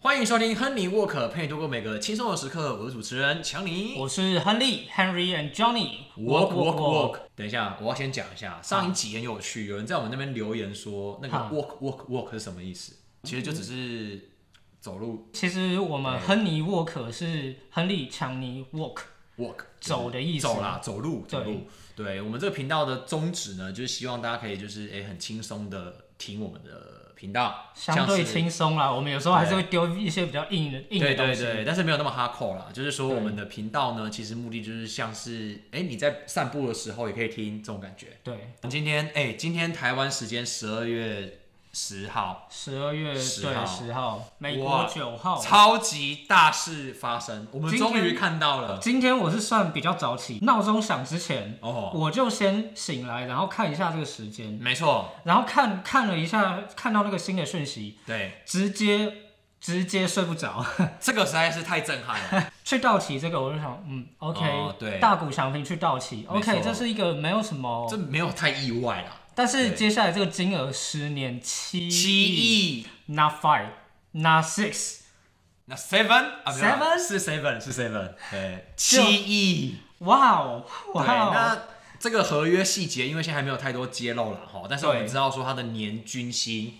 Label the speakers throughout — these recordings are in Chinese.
Speaker 1: 欢迎收听亨尼沃克，陪你度过每个轻松的时刻。我是主持人强尼。
Speaker 2: 我是亨利 Henry and Johnny。
Speaker 1: Walk walk walk。等一下，我要先讲一下上一集很有趣，有人在我们那边留言说那个
Speaker 2: 好
Speaker 1: walk walk walk 是什么意思？其实就只是走路
Speaker 2: 其实我们亨尼沃克是亨利强尼 walk，
Speaker 1: walk
Speaker 2: 走的意思
Speaker 1: 走啦，走路走路。对我们这个频道的宗旨呢，就是希望大家可以就是诶很轻松的听我们的频道，
Speaker 2: 相对
Speaker 1: 像是
Speaker 2: 轻松啦。我们有时候还是会丢一些比较硬的硬
Speaker 1: 对对
Speaker 2: 的东西。
Speaker 1: 对，但是没有那么 hardcore 啦。就是说，
Speaker 2: 对
Speaker 1: 我们的频道呢，其实目的就是像是，哎、你在散步的时候也可以听这种感觉。
Speaker 2: 对，
Speaker 1: 今天，哎、今天台湾时间十二月十号，
Speaker 2: 十二月对
Speaker 1: 10号
Speaker 2: 十号，美
Speaker 1: 哇
Speaker 2: 国九号。
Speaker 1: 超级大事发生，我们
Speaker 2: 今
Speaker 1: 终于
Speaker 2: 天
Speaker 1: 看到了。
Speaker 2: 今天我是算比较早起，闹钟响之前
Speaker 1: 哦，
Speaker 2: 我就先醒来，然后看一下这个时间，
Speaker 1: 没错，
Speaker 2: 然后看看了一下，看到那个新的讯息，
Speaker 1: 对，
Speaker 2: 直接直接睡不着。
Speaker 1: 这个实在是太震撼 了。
Speaker 2: 去道奇这个，我就想，嗯，OK，、
Speaker 1: 哦对
Speaker 2: 大谷翔平去道奇
Speaker 1: 没错
Speaker 2: ，OK，这是一个没有什么
Speaker 1: 这，没有太意外啦，
Speaker 2: 但是接下来这个金额十年七
Speaker 1: 七亿。
Speaker 2: ，Not five, not six，
Speaker 1: 那 seven 啊没有啦
Speaker 2: Seven？
Speaker 1: 是 seven 是 seven，对，七
Speaker 2: 就
Speaker 1: 亿，
Speaker 2: 哇哦，
Speaker 1: 对，
Speaker 2: 哇哦，
Speaker 1: 那这个合约细节，因为现在还没有太多揭露了哈，但是我
Speaker 2: 对
Speaker 1: 们知道说他的年均薪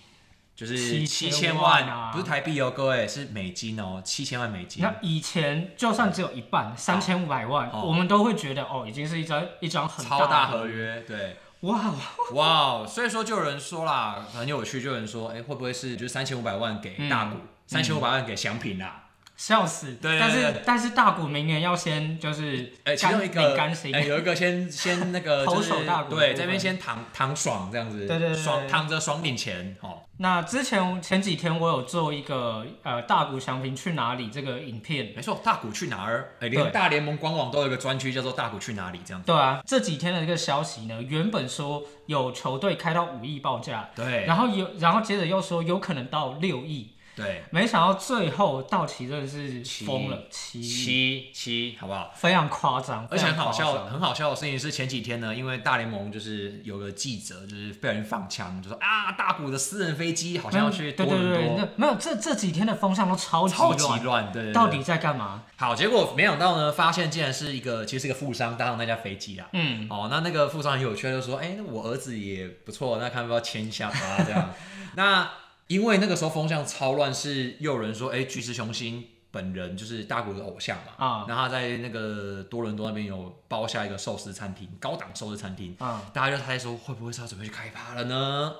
Speaker 1: 就是七
Speaker 2: 7000
Speaker 1: 千
Speaker 2: 万啊
Speaker 1: 不是台币哦，各位是美金哦，七千万美金。
Speaker 2: 那以前就算只有一半，三千五百万，
Speaker 1: 哦
Speaker 2: 我们都会觉得哦，已经是一张一张很
Speaker 1: 超大
Speaker 2: 大哦
Speaker 1: 合
Speaker 2: 约，
Speaker 1: 约，对，
Speaker 2: 哇哦，
Speaker 1: 哇哦！所以说就有人说啦，很有趣，就有人说，哎、会不会是就是三千五百万给大
Speaker 2: 嗯
Speaker 1: 股，三千五百万给祥平啊啦？
Speaker 2: 笑死！
Speaker 1: 对对
Speaker 2: 但
Speaker 1: 对
Speaker 2: 是
Speaker 1: 对
Speaker 2: 但是大股明年要先就是
Speaker 1: 哎、其中一
Speaker 2: 干
Speaker 1: 个
Speaker 2: 领干型，
Speaker 1: 哎、有一个 先先那个
Speaker 2: 投
Speaker 1: 就是
Speaker 2: 手大股的
Speaker 1: 对，
Speaker 2: 部分
Speaker 1: 这边先躺躺爽这样子，
Speaker 2: 对对对对
Speaker 1: 爽
Speaker 2: 对
Speaker 1: 躺着爽领钱哦，
Speaker 2: 那之前前几天我有做一个呃大谷翔平去哪里这个影片，
Speaker 1: 没错，大股去哪儿？哎、连
Speaker 2: 对
Speaker 1: 大联盟官网都有一个专区叫做“大股去哪里”这样子。
Speaker 2: 对啊，这几天的这个消息呢，原本说有球队开到五亿报价，
Speaker 1: 对
Speaker 2: 然后有然后接着又说有可能到六亿，
Speaker 1: 对，
Speaker 2: 没想到最后道奇真的是
Speaker 1: 七
Speaker 2: 疯了，七亿，
Speaker 1: 七七好不好？
Speaker 2: 非常夸张，
Speaker 1: 而且很好
Speaker 2: 非常夸
Speaker 1: 笑，
Speaker 2: 张。
Speaker 1: 很好笑的事情是前几天呢，因为大联盟就是有个记者就是被人放枪，就说啊，大股的私人飞机好像要去
Speaker 2: 没有对
Speaker 1: 多
Speaker 2: 对
Speaker 1: 伦
Speaker 2: 嗯对，
Speaker 1: 多，
Speaker 2: 那没有这这几天的风向都超级
Speaker 1: 超
Speaker 2: 乱，
Speaker 1: 级乱，对对对。
Speaker 2: 到底在干嘛？
Speaker 1: 好，结果没想到呢，发现竟然是一个其实是一个富商搭上那架飞机啦。
Speaker 2: 嗯，
Speaker 1: 哦，那那个富商很有趣，他就说：“哎、那我儿子也不错，那看要不要签一下他这 样。”那因为那个时候风向超乱，是又有人说：“哎、巨石雄心本人就是大谷的偶像嘛。”
Speaker 2: 啊
Speaker 1: 那他在那个多伦多那边有包下一个寿司餐厅，高档寿司餐厅。
Speaker 2: 啊、
Speaker 1: 大家就猜说，会不会是他准备去开趴了呢？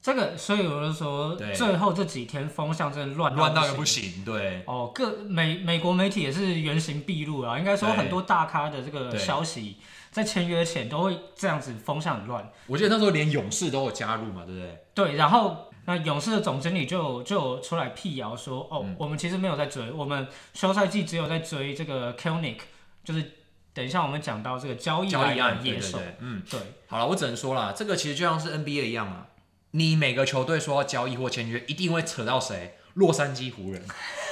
Speaker 2: 这个，所以我就说，
Speaker 1: 对
Speaker 2: 最后这几天风向真的乱
Speaker 1: 乱到
Speaker 2: 到
Speaker 1: 又不
Speaker 2: 行。
Speaker 1: 行，对
Speaker 2: 哦，各美美国媒体也是原形毕露啊，应该说
Speaker 1: 对
Speaker 2: 很多大咖的这个
Speaker 1: 对
Speaker 2: 消息，在签约前都会这样子风向很乱。
Speaker 1: 我记得那时候连勇士都有加入嘛，对不对？
Speaker 2: 对，然后那勇士的总经理就有就有出来辟谣说，哦，
Speaker 1: 嗯
Speaker 2: 我们其实没有在追，我们休赛季只有在追这个 Kelnick，就是等一下我们讲到这个交易
Speaker 1: 交易
Speaker 2: 来的
Speaker 1: 案，对
Speaker 2: 野
Speaker 1: 对
Speaker 2: 手，
Speaker 1: 对，嗯。
Speaker 2: 对
Speaker 1: 好了，我只能说啦，这个其实就像是 NBA 一样嘛，你每个球队说要交易或签约，一定会扯到谁？洛杉矶湖人，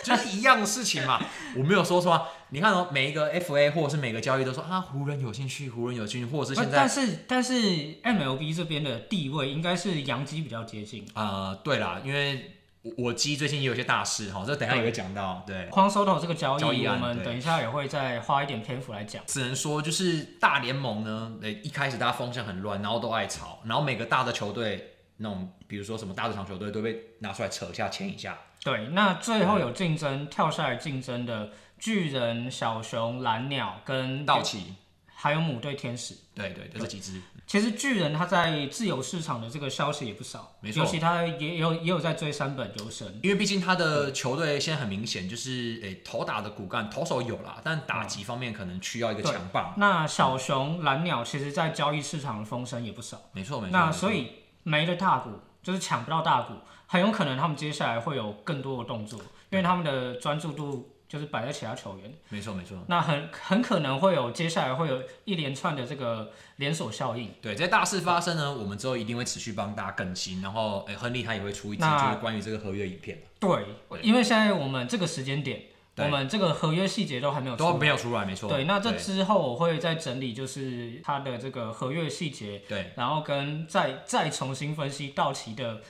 Speaker 1: 就是一样的事情嘛。我没有说错啊。你看哦，每一个 FA 或者是每个交易都说啊，湖人有兴趣，湖人有兴趣，或者是现在
Speaker 2: 但是但是 MLB 这边的地位应该是洋基比较接近。
Speaker 1: 啊、呃对啦，因为我我鸡最近也有一些大事哈，这等一下也会讲到。对，
Speaker 2: 匡收头这个交易，
Speaker 1: 交易案
Speaker 2: 我们
Speaker 1: 对
Speaker 2: 等一下也会再花一点篇幅来讲。
Speaker 1: 只能说就是大联盟呢，呃，一开始大家风向很乱，然后都爱吵，然后每个大的球队那种，比如说什么大市场球队都被拿出来扯一下、签一下。
Speaker 2: 对，那最后有竞争跳下来竞争的巨人、小熊、蓝鸟跟
Speaker 1: 道奇，
Speaker 2: 还有母队天使。
Speaker 1: 对对对，这几支。
Speaker 2: 其实巨人他在自由市场的这个消息也不少，
Speaker 1: 没错
Speaker 2: 尤其他也有也有在追三本优胜。
Speaker 1: 因为毕竟他的球队现在很明显就是，诶、投打的骨干，投手有啦，但打击方面可能需要一个强棒。
Speaker 2: 那小熊、蓝鸟其实在交易市场的风声也不少。
Speaker 1: 没错，没错。
Speaker 2: 那
Speaker 1: 没错
Speaker 2: 所以没了大股，就是抢不到大股，很有可能他们接下来会有更多的动作，因为他们的专注度就是摆在其他球员。
Speaker 1: 没错，没错。
Speaker 2: 那很很可能会有接下来会有一连串的这个连锁效应。
Speaker 1: 对，这些大事发生呢，我们之后一定会持续帮大家更新。然后，诶、亨利他也会出一支
Speaker 2: 那
Speaker 1: 就是关于这个合约影片，
Speaker 2: 对，因为现在我们这个时间点，
Speaker 1: 对
Speaker 2: 我们这个合约细节都还没有
Speaker 1: 都
Speaker 2: 出。
Speaker 1: 没有出来，没错。
Speaker 2: 对，那这之后我会再整理，就是它的这个合约细节，
Speaker 1: 对
Speaker 2: 然后跟再再重新分析道奇的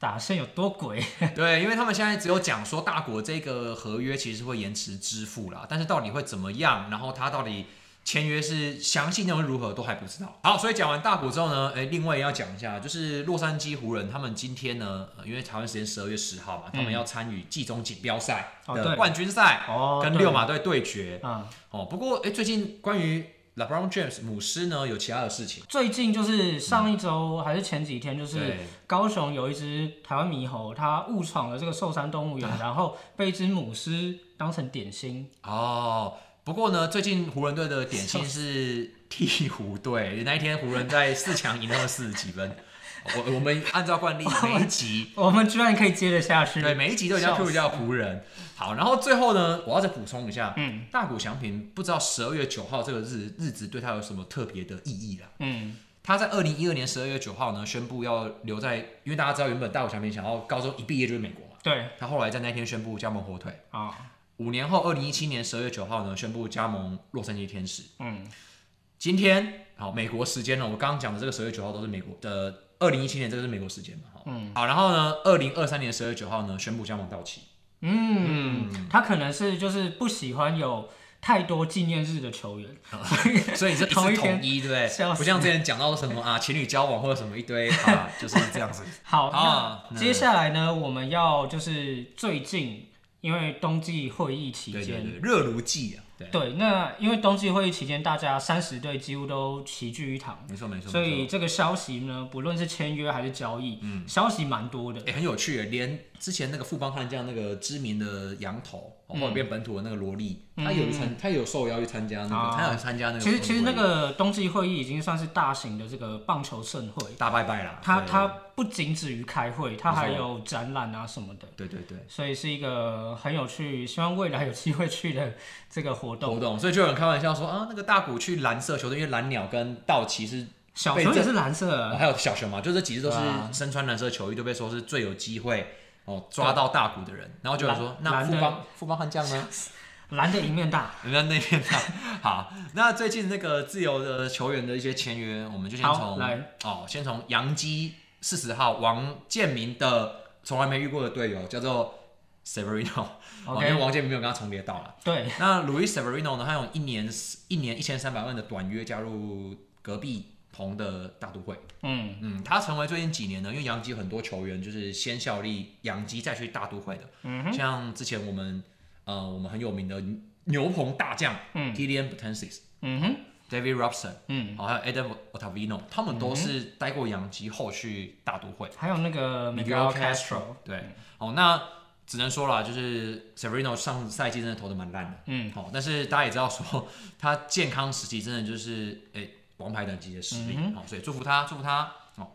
Speaker 2: 打线有多鬼。
Speaker 1: 对，因为他们现在只有讲说大国这个合约其实会延迟支付啦，但是到底会怎么样，然后他到底签约是详细内容如何都还不知道。好，所以讲完大国之后呢，诶，另外要讲一下，就是洛杉矶湖人他们今天呢，呃因为台湾时间十二月十号嘛，他们要参与季中锦标赛
Speaker 2: 嗯哦
Speaker 1: 的
Speaker 2: 对
Speaker 1: 冠军赛、
Speaker 2: 哦
Speaker 1: 跟
Speaker 2: 对
Speaker 1: 六马队对决
Speaker 2: 嗯，
Speaker 1: 哦。不过诶，最近关于 LeBron James 母狮呢有其他的事情，
Speaker 2: 最近就是上一周还是前几天，就是
Speaker 1: 对
Speaker 2: 高雄有一只台湾猕猴，它误闯了这个寿山动物园，然后被一只母狮当成点心。
Speaker 1: 哦，不过呢，最近湖人队的点心是鹈鹕队。那一天湖人在四强赢他们四十几分。我我们按照惯例，每一集
Speaker 2: 我们居然可以接得下去。
Speaker 1: 对每一集都一定要
Speaker 2: 笑
Speaker 1: Q
Speaker 2: 死
Speaker 1: 一下湖人。好，然后最后呢，我要再补充一下，嗯，大谷翔平不知道十二月九号这个日日子对他有什么特别的意义啦。
Speaker 2: 嗯，
Speaker 1: 他在二零一二年十二月九号呢，宣布要留在，因为大家知道原本大谷翔平想要高中一毕业就是美国嘛，
Speaker 2: 对
Speaker 1: 他后来在那天宣布加盟火腿。
Speaker 2: 啊，
Speaker 1: 五年后，二零一七年十二月九号呢，宣布加盟洛杉矶天使。
Speaker 2: 嗯，
Speaker 1: 今天好，美国时间呢，我刚刚讲的这个十月九号都是美国的，二零一七年这个是美国时间嘛，哈，嗯，好，然后呢，二零二三年十月九号呢，宣布加盟道奇，
Speaker 2: 嗯，他可能是就是不喜欢有太多纪念日的球员，
Speaker 1: 所以这
Speaker 2: 同
Speaker 1: 一
Speaker 2: 一
Speaker 1: 次
Speaker 2: 天
Speaker 1: 统一，对不对？
Speaker 2: 笑死
Speaker 1: 不像之前讲到什么啊，情侣交往或者什么一堆啊，就是这样子。
Speaker 2: 好，
Speaker 1: 啊嗯
Speaker 2: 那接下来呢，我们要就是最近，因为冬季会议期
Speaker 1: 对对
Speaker 2: 间，
Speaker 1: 对，热如季啊，对，
Speaker 2: 对，那因为冬季会议期间，大家三十队几乎都齐聚一堂，
Speaker 1: 没错没错，
Speaker 2: 所
Speaker 1: 没
Speaker 2: 以
Speaker 1: 错。嗯
Speaker 2: 这个消息呢，不论是签约还是交易，消息蛮多的。
Speaker 1: 哎、很有趣耶，连之前那个富邦悍将那个知名的羊头，哦或者变本土的那个萝莉，他有去参，他有受邀去参加那个，
Speaker 2: 啊
Speaker 1: 他有参加那个。
Speaker 2: 其实其实那个冬季会议已经算是大型的这个棒球盛会，
Speaker 1: 大拜拜啦，
Speaker 2: 它
Speaker 1: 对
Speaker 2: 它不仅止于开会，它还
Speaker 1: 没错
Speaker 2: 有展览啊什么的，
Speaker 1: 对对对。
Speaker 2: 所以是一个很有趣，希望未来有机会去的这个活动。
Speaker 1: 活动，所以就有人开玩笑说啊，那个大谷去蓝色球队，因为蓝鸟跟道奇是，
Speaker 2: 小
Speaker 1: 被
Speaker 2: 熊也
Speaker 1: 这
Speaker 2: 是蓝色的
Speaker 1: 哦，还有小熊嘛，就这几支都是
Speaker 2: 嗯对啊
Speaker 1: 身穿蓝色球衣，都被说是最有机会哦抓到大谷的人。然后就有人说，
Speaker 2: 蓝
Speaker 1: 那
Speaker 2: 蓝
Speaker 1: 富
Speaker 2: 的
Speaker 1: 邦富邦悍将 呢？
Speaker 2: 蓝的一面大。
Speaker 1: 人家那边呢？好，那最近那个自由的球员的一些签约，我们就先
Speaker 2: 好
Speaker 1: 从
Speaker 2: 来
Speaker 1: 哦，先从杨基四十号王建民的从来没遇过的队友叫做 Severino，哦
Speaker 2: OK
Speaker 1: 因为王建民没有跟他重叠到了。
Speaker 2: 对，
Speaker 1: 那 Luis Severino 呢，他用一年一年一千三百万的短约加入隔壁棚的大都会。
Speaker 2: 嗯，
Speaker 1: 嗯，他成为最近几年呢，因为洋基有很多球员就是先效力洋基再去大都会的，嗯、像之前我们呃我们很有名的牛棚大将，
Speaker 2: 嗯
Speaker 1: g i l i a n Betances、
Speaker 2: 嗯哼，
Speaker 1: David Robson，
Speaker 2: 嗯，
Speaker 1: 好，还有 Adam Ottavino，他们都是待过洋基后去大都会。
Speaker 2: 还有那个
Speaker 1: Miguel Castro
Speaker 2: Miguel Castro，
Speaker 1: 对，哦，那只能说啦，就是 Severino 上赛季真的投的蛮烂的，
Speaker 2: 嗯，
Speaker 1: 好、但是大家也知道说他健康时期真的就是诶、王牌等级的实力，
Speaker 2: 嗯
Speaker 1: 好、所以祝福他，祝福他，哦，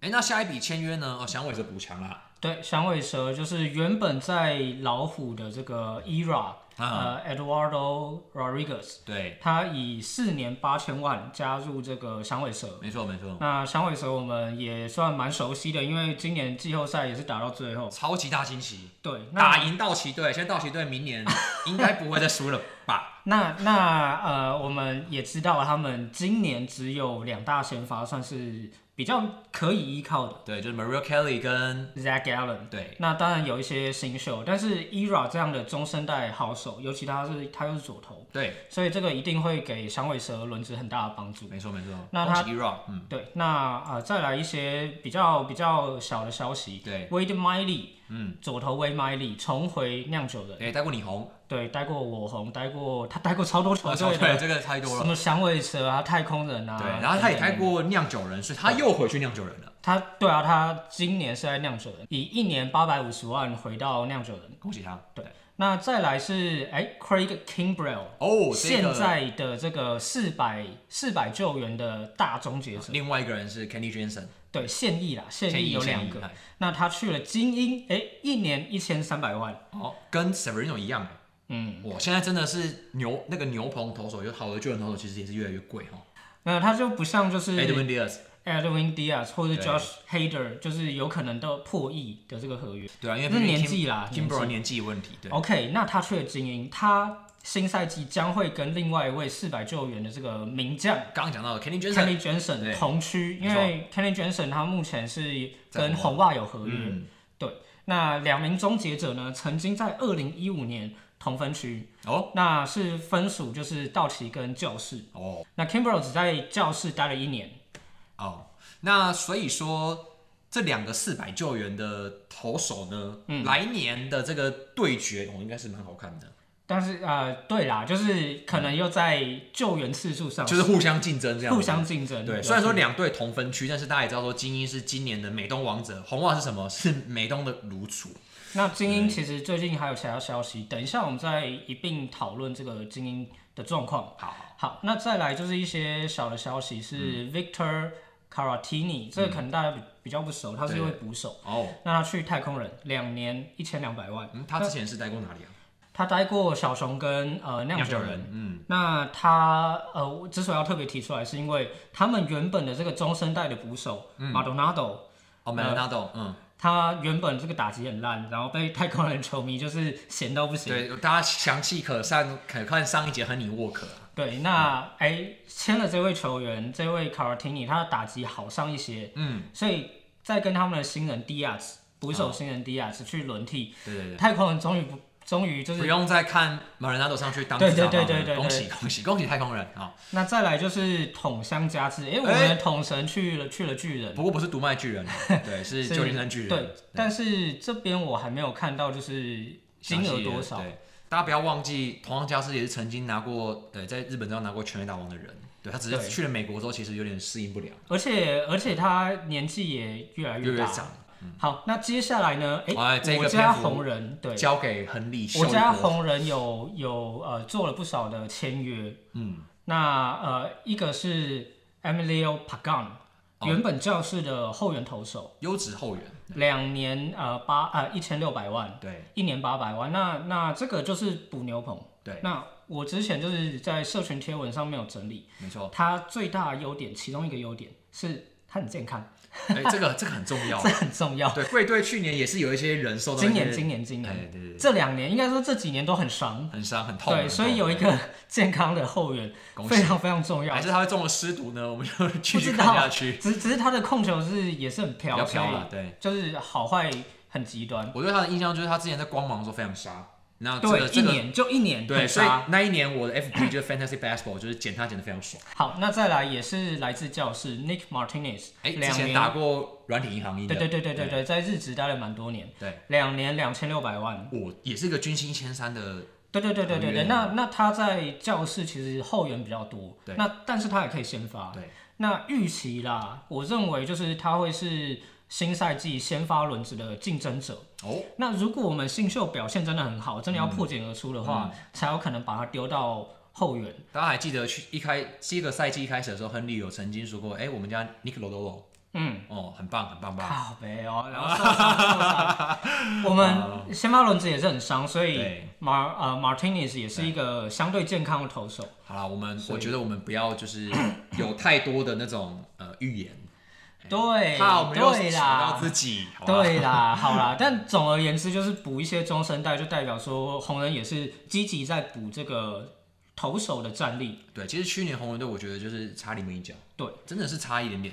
Speaker 1: 诶，那下一笔签约呢？哦，响尾蛇补强啦，
Speaker 2: 对，响尾蛇就是原本在老虎的这个 ERA，、呃，Eduardo Rodriguez，
Speaker 1: 对，
Speaker 2: 他以四年八千万加入这个响尾蛇。
Speaker 1: 没错没错，
Speaker 2: 那响尾蛇我们也算蛮熟悉的，因为今年季后赛也是打到最后。
Speaker 1: 超级大惊喜，
Speaker 2: 对，那
Speaker 1: 打赢道奇队，现在道奇队明年应该不会再输了吧？
Speaker 2: 那那呃，我们也知道他们今年只有两大先发，算是比较可以依靠的
Speaker 1: 对，就是 Mario Kelly 跟
Speaker 2: Zach Allen。
Speaker 1: 对
Speaker 2: 那当然有一些新秀，但是 ERA 这样的中生代好手，尤其他是他又是左投，
Speaker 1: 对，
Speaker 2: 所以这个一定会给响尾蛇轮值很大的帮助。
Speaker 1: 没错没错，
Speaker 2: 那
Speaker 1: 恭
Speaker 2: 他
Speaker 1: 喜 Era，嗯，
Speaker 2: 对，那呃再来一些比较比较小的消息
Speaker 1: 对
Speaker 2: ，Wade Miley，
Speaker 1: 嗯，
Speaker 2: 左投 Wade Miley 重回酿酒人，
Speaker 1: 对，带过你红，
Speaker 2: 对，待过我红，待过他待过超多球
Speaker 1: 哦，
Speaker 2: 队
Speaker 1: 对，
Speaker 2: 的，
Speaker 1: 这个太多了
Speaker 2: 什。么响尾蛇啊、太空人啊，
Speaker 1: 对，然后他也
Speaker 2: 等等
Speaker 1: 开过酿酒人，所以他又回去酿酒人了，
Speaker 2: 他对啊，他今年是在酿酒人，以一年八百五十万回到酿酒人。
Speaker 1: 恭喜他。对，
Speaker 2: 那再来是哎，Craig Kimbrell，
Speaker 1: 哦，这
Speaker 2: 现
Speaker 1: 个
Speaker 2: 在的这个四百四百救援的大终结者，
Speaker 1: 另外一个人是 Kenny Jensen，
Speaker 2: 对现役啦，现
Speaker 1: 啊现
Speaker 2: 役
Speaker 1: 役
Speaker 2: 有两
Speaker 1: 现役
Speaker 2: 个
Speaker 1: 哎。
Speaker 2: 那他去了精英，哎，一年一千三百万，
Speaker 1: 哦，跟 Severino 一样。
Speaker 2: 嗯，
Speaker 1: 我现在真的是牛那个牛棚投手，有好的救援投手，其实也是越来越贵哈。
Speaker 2: 那他就不像就是
Speaker 1: Edwin Diaz，
Speaker 2: Edwin Diaz 或者
Speaker 1: 对
Speaker 2: Josh Hader，就是有可能都破亿的这个合约。
Speaker 1: 对啊，因为
Speaker 2: 那
Speaker 1: 毕竟
Speaker 2: 年纪啦哦
Speaker 1: Kim-，Kimbrel
Speaker 2: 年纪
Speaker 1: 年纪问题，对，
Speaker 2: OK，那他去了精英，他新赛季将会跟另外一位四百救援的这个名将
Speaker 1: 刚刚讲到的 Kenny Jensen，
Speaker 2: Kenny Jensen
Speaker 1: 对
Speaker 2: 同区，
Speaker 1: 没
Speaker 2: 因
Speaker 1: 错
Speaker 2: 为 Kenny Jensen 他目前是
Speaker 1: 在
Speaker 2: 跟
Speaker 1: 红
Speaker 2: 红袜有合约。
Speaker 1: 嗯，
Speaker 2: 那两名终结者呢，曾经在二零一五年同分区，
Speaker 1: 哦
Speaker 2: 那是分属就是道奇跟教室。
Speaker 1: 哦
Speaker 2: 那 Kimbrel 只在教室待了一年，
Speaker 1: 哦，那所以说这两个四百救援的投手呢，
Speaker 2: 嗯
Speaker 1: 来年的这个对决，哦，应该是蛮好看的，
Speaker 2: 但是呃，对啦，就是可能又在救援次数上
Speaker 1: 就是互相竞争这样子，
Speaker 2: 互相竞争。
Speaker 1: 对，
Speaker 2: 有
Speaker 1: 虽然说
Speaker 2: 趣
Speaker 1: 两队同分区，但是大家也知道说，精英是今年的美东王者，红袜是什么？ 是美东的卤楚。
Speaker 2: 那精英其实最近还有其他消息，等一下我们再一并讨论这个精英的状况。
Speaker 1: 好，
Speaker 2: 好，那再来就是一些小的消息是 Victor Caratini，、这个可能大家比比较不熟，他是一位捕手。
Speaker 1: 哦，
Speaker 2: 那他去太空人两年一千两百万，
Speaker 1: 嗯，他之前是待过哪里啊？
Speaker 2: 他待过小熊跟呃酿酒
Speaker 1: 酒
Speaker 2: 人。，
Speaker 1: 嗯，
Speaker 2: 那他呃，我之所以要特别提出来，是因为他们原本的这个中生代的捕手、马 Maldonado，
Speaker 1: 哦，美兰纳豆，嗯，
Speaker 2: 他原本这个打击很烂，然后被太空人球迷就是 嫌到不行。
Speaker 1: 对，大家详细可上可看上一节亨尼沃克啊，
Speaker 2: 对，那哎签了这位球员，这位卡尔廷尼，他的打击好上一些，
Speaker 1: 嗯，哦
Speaker 2: 所以再跟他们的新人 Diaz 捕手新人 Diaz 去轮替，
Speaker 1: 对对对。
Speaker 2: 太空人终于不终于就
Speaker 1: 不
Speaker 2: 是
Speaker 1: 用再看马兰纳豆上去当
Speaker 2: 对
Speaker 1: 指导
Speaker 2: 对
Speaker 1: 棒
Speaker 2: 对对
Speaker 1: 了
Speaker 2: 对
Speaker 1: 恭喜恭喜恭喜太空人啊！
Speaker 2: 那再来就是桶箱加持，哎、我们的桶神去了去了巨人，
Speaker 1: 不过不是独卖巨人，对， 是旧金山巨人。
Speaker 2: 对，但是这边我还没有看到就是金
Speaker 1: 详
Speaker 2: 额
Speaker 1: 细的
Speaker 2: 多少，
Speaker 1: 对，大家不要忘记，同样家师也是曾经拿过，对，在日本这样拿过全垒打王的人。对他只是
Speaker 2: 对
Speaker 1: 去了美国之后，其实有点适应不了，
Speaker 2: 而且而且他年纪也越来
Speaker 1: 越来
Speaker 2: 大。
Speaker 1: 越长。嗯
Speaker 2: 好，那接下来呢？哎、
Speaker 1: 哎这个
Speaker 2: 我家
Speaker 1: 篇幅
Speaker 2: 红人对。
Speaker 1: 交给亨利秀
Speaker 2: 我
Speaker 1: 一
Speaker 2: 家
Speaker 1: 波，
Speaker 2: 红人有有呃做了不少的签约，
Speaker 1: 嗯，
Speaker 2: 那呃一个是 Emilio Pagan，、
Speaker 1: 哦
Speaker 2: 原本教室的后援投手，
Speaker 1: 优质后援。
Speaker 2: 两年呃八呃一千六百万，
Speaker 1: 对
Speaker 2: 一年八百万，那那这个就是补牛棚。
Speaker 1: 对，
Speaker 2: 那我之前就是在社群贴文上面有整理，
Speaker 1: 没错。
Speaker 2: 它最大的优点，其中一个优点是它很健康，
Speaker 1: 哎，这个这个很重要
Speaker 2: 这。很重要。
Speaker 1: 对，贵队去年也是有一些人受到
Speaker 2: 今
Speaker 1: 一些
Speaker 2: 年今年今
Speaker 1: 哎
Speaker 2: 年
Speaker 1: 对对对，
Speaker 2: 这两年，应该说这几年都很伤，
Speaker 1: 很伤很痛。
Speaker 2: 对，
Speaker 1: 很
Speaker 2: 所以
Speaker 1: 痛
Speaker 2: 有一个 健康的后援
Speaker 1: 恭喜
Speaker 2: 非常非常重要
Speaker 1: 还。是他会中了尸毒呢？我们就继续
Speaker 2: 知
Speaker 1: 看
Speaker 2: 道
Speaker 1: 下去，
Speaker 2: 只只是他的控球是也是很
Speaker 1: 比
Speaker 2: 飘，
Speaker 1: 较飘
Speaker 2: 所以
Speaker 1: 了。对，
Speaker 2: 就是好坏很极端。
Speaker 1: 我对他的印象就是他之前在光芒的时候非常杀，那这
Speaker 2: 对，
Speaker 1: 个这
Speaker 2: 一
Speaker 1: 个
Speaker 2: 年就一年
Speaker 1: 对，
Speaker 2: 很
Speaker 1: 所以
Speaker 2: 杀。
Speaker 1: 那一年我的 FP 就是 Fantasy Baseball，就是捡他捡的非常爽。
Speaker 2: 好，那再来也是来自教室 Nick Martinez，
Speaker 1: 哎、之
Speaker 2: 两
Speaker 1: 前
Speaker 2: 年，
Speaker 1: 打过软体银行一的，
Speaker 2: 对对对对对对，在日职待了蛮多年，
Speaker 1: 对，
Speaker 2: 两年两千六百万。
Speaker 1: 我也是个军薪一千三的，
Speaker 2: 对对对对对对，
Speaker 1: 嗯
Speaker 2: 那那他在教室其实后援比较多，
Speaker 1: 对
Speaker 2: 那但是他也可以先发，
Speaker 1: 对，
Speaker 2: 那预期啦，我认为就是他会是新赛季先发轮值的竞争者，
Speaker 1: 哦，
Speaker 2: 那如果我们新秀表现真的很好，真的要破茧而出的
Speaker 1: 嗯
Speaker 2: 话，才有可能把它丢到后援。
Speaker 1: 大家还记得去一开第一个赛季一开始的时候，亨利有曾经说过，哎、我们家 Nick l o d o l
Speaker 2: 嗯，
Speaker 1: 哦，很棒，很棒棒，
Speaker 2: 靠 北哦，然后受伤受伤。我们先发轮子也是很伤，所以
Speaker 1: 对，
Speaker 2: 马呃 Martinez 也是一个相对健康的投手。
Speaker 1: 好了，我们
Speaker 2: 所
Speaker 1: 我
Speaker 2: 以
Speaker 1: 觉得我们不要就是 有太多的那种呃预言，
Speaker 2: 对，
Speaker 1: 怕我们又
Speaker 2: 哎对
Speaker 1: 想到
Speaker 2: 啦
Speaker 1: 自。己，好吧，
Speaker 2: 对啦，好啦， 但总而言之就是补一些中生代，就代表说红人也是积极在补这个投手的战力。
Speaker 1: 对，其实去年红人队我觉得就是差你们一脚，
Speaker 2: 对，
Speaker 1: 真的是差一点点，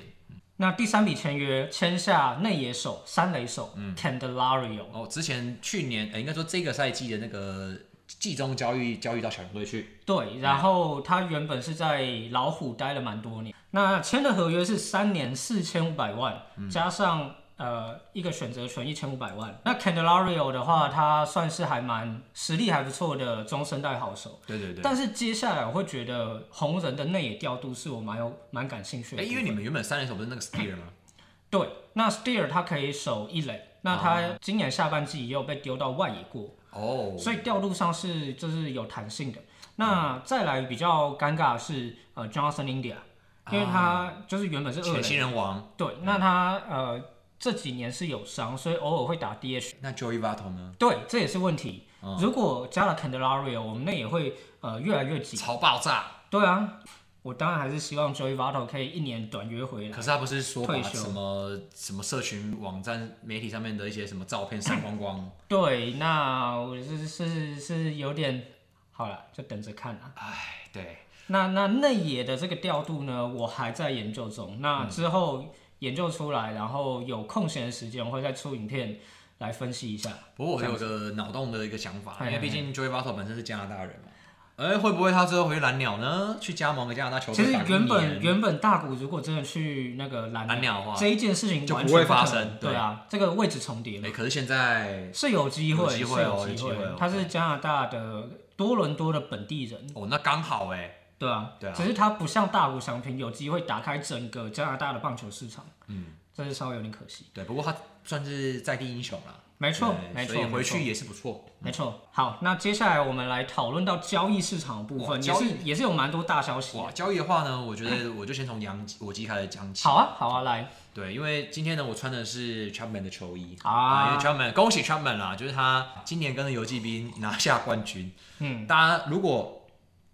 Speaker 2: 那第三笔签约签下内野手、三垒手、Candelario，
Speaker 1: 嗯哦，之前去年，呃，应该说这个赛季的那个季中交易交易到小熊队去，
Speaker 2: 对，然后他原本是在老虎待了蛮多年，那签的合约是三年四千五百万，
Speaker 1: 嗯
Speaker 2: 加上呃一个选择权一千五百万。那 Candelario 的话，他算是还蛮实力还不错的中生代好手，
Speaker 1: 对对对。
Speaker 2: 但是接下来我会觉得红人的内野调度是我蛮有蛮感兴趣
Speaker 1: 哎、
Speaker 2: 的部分。
Speaker 1: 因为你们原本三连手不是那个 Steer 吗？
Speaker 2: 对，那 Steer 他可以守一垒，那他今年下半季也有被丢到外野过。
Speaker 1: 哦，嗯
Speaker 2: 所以调度上是就是有弹性的。那再来比较尴尬的是呃 Johnson India，因为他就是原本是
Speaker 1: 啊
Speaker 2: 二
Speaker 1: 前
Speaker 2: 垒，
Speaker 1: 新人王，
Speaker 2: 对，那他呃这几年是有伤，所以偶尔会打 DH，
Speaker 1: 那 Joey Votto 呢？
Speaker 2: 对，这也是问题。如果加了 Candelario，我们那也会呃越来越紧。
Speaker 1: 潮爆炸！
Speaker 2: 对啊，我当然还是希望 Joey Votto 可以一年短约回来。
Speaker 1: 可是他不是说把
Speaker 2: 退休
Speaker 1: 什么什么社群网站媒体上面的一些什么照片删光光？
Speaker 2: 对，那我是是是有点好了，就等着看啊。
Speaker 1: 哎，对，
Speaker 2: 那那内野的这个调度呢，我还在研究中。那之后研究出来，然后有空闲的时间，我会再出影片来分析一下。
Speaker 1: 不过我有个脑洞的一个想法，
Speaker 2: 嘿
Speaker 1: 因
Speaker 2: 嘿
Speaker 1: 为毕竟 Joey Votto 本身是加拿大人嘛，哎，会不会他之后回蓝鸟呢？去加盟个加拿大球
Speaker 2: 其
Speaker 1: 队
Speaker 2: 实
Speaker 1: 打个一
Speaker 2: 原
Speaker 1: 年？
Speaker 2: 本原本大谷如果真的去那个蓝
Speaker 1: 蓝鸟的话
Speaker 2: 这一件事情
Speaker 1: 就
Speaker 2: 完
Speaker 1: 不
Speaker 2: 全
Speaker 1: 会
Speaker 2: 可能
Speaker 1: 发生
Speaker 2: 对啊，这个位置重叠了
Speaker 1: 哎，可是现在
Speaker 2: 是有机
Speaker 1: 有
Speaker 2: 会，
Speaker 1: 机会
Speaker 2: 是
Speaker 1: 哦
Speaker 2: 有
Speaker 1: 有
Speaker 2: 机
Speaker 1: 机会哦
Speaker 2: 他是加拿大的多伦多的本地人，
Speaker 1: 哦，那刚好哎，
Speaker 2: 对啊，
Speaker 1: 对啊
Speaker 2: 只是他不像大谷翔平有机会打开整个加拿大的棒球市场，
Speaker 1: 嗯，
Speaker 2: 这是稍微有点可惜。
Speaker 1: 对，不过他算是在地英雄啦，
Speaker 2: 没错
Speaker 1: 对，
Speaker 2: 没错，
Speaker 1: 所以
Speaker 2: 没
Speaker 1: 回
Speaker 2: 错
Speaker 1: 去也是不错。
Speaker 2: 没错。好，那接下来我们来讨论到交易市场的部
Speaker 1: 哇
Speaker 2: 分，也
Speaker 1: 哦交易
Speaker 2: 是也是有蛮多大消息的。
Speaker 1: 哇，交易的话呢，我觉得我就先从杨我基开始讲起。
Speaker 2: 好啊，好啊，来
Speaker 1: 对，因为今天呢，我穿的是 Chapman 的球衣因
Speaker 2: 啊
Speaker 1: 为，Chapman 恭喜 Chapman 啦，就是他今年跟着游击兵拿下冠军。
Speaker 2: 嗯，
Speaker 1: 大家如果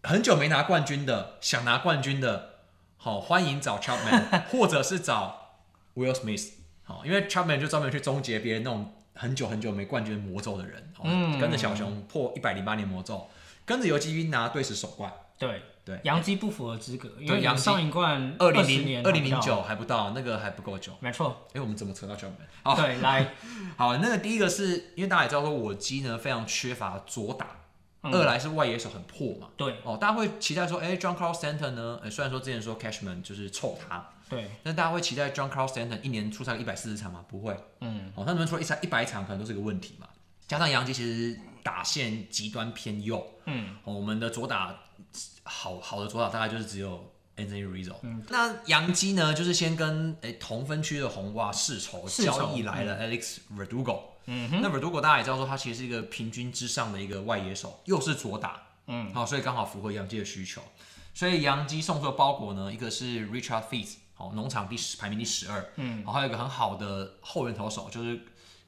Speaker 1: 很久没拿冠军的，想拿冠军的，好、欢迎找 Chapman，或者是找 Will Smith，好、因为 Chapman 就专门去终结别人那种很久很久没冠军魔咒的人，哦
Speaker 2: 嗯
Speaker 1: 跟着小熊破一百零八年魔咒，跟着游击兵拿队史首冠。
Speaker 2: 对
Speaker 1: 对
Speaker 2: 杨基不符合资格，因
Speaker 1: 对
Speaker 2: 为
Speaker 1: 洋
Speaker 2: 杨
Speaker 1: 基
Speaker 2: 上一冠
Speaker 1: 二零
Speaker 2: 20
Speaker 1: 零
Speaker 2: 年
Speaker 1: 二零零
Speaker 2: 拿不到，
Speaker 1: 九还不到，那个还不够久。
Speaker 2: 没错，
Speaker 1: 哎、我们怎么扯到 Chapman？好，
Speaker 2: 对，来，
Speaker 1: 好，那个第一个是因为大家也知道说我基呢非常缺乏左打，二来是外野手很破嘛。
Speaker 2: 对
Speaker 1: 哦，大家会期待说，哎、j o h n Carl Stanton 呢？呃，虽然说之前说 Cashman 就是臭他，
Speaker 2: 对，
Speaker 1: 但大家会期待 John Carl Stanton 一年出赛一百四十场吗？不会。
Speaker 2: 嗯，
Speaker 1: 哦，他能出一赛一百场可能都是个问题嘛。加上杨基其实打线极端偏右，
Speaker 2: 嗯，
Speaker 1: 哦，我们的左打好好的左打大概就是只有 Anthony Rizzo。那
Speaker 2: 嗯
Speaker 1: 杨基呢，就是先跟诶、同分区的红袜世仇
Speaker 2: 世仇
Speaker 1: 交易来了 Alex Verdugo。
Speaker 2: 嗯
Speaker 1: 那 Verdugo 大家也知道说他其实是一个平均之上的一个外野手，又是左打，
Speaker 2: 嗯，
Speaker 1: 好、所以刚好符合杨基的需求。所以杨基送出的包裹呢，一个是 Richard Fees，好、农场第十排名第十二，
Speaker 2: 嗯，
Speaker 1: 然后还有一个很好的后援投手就是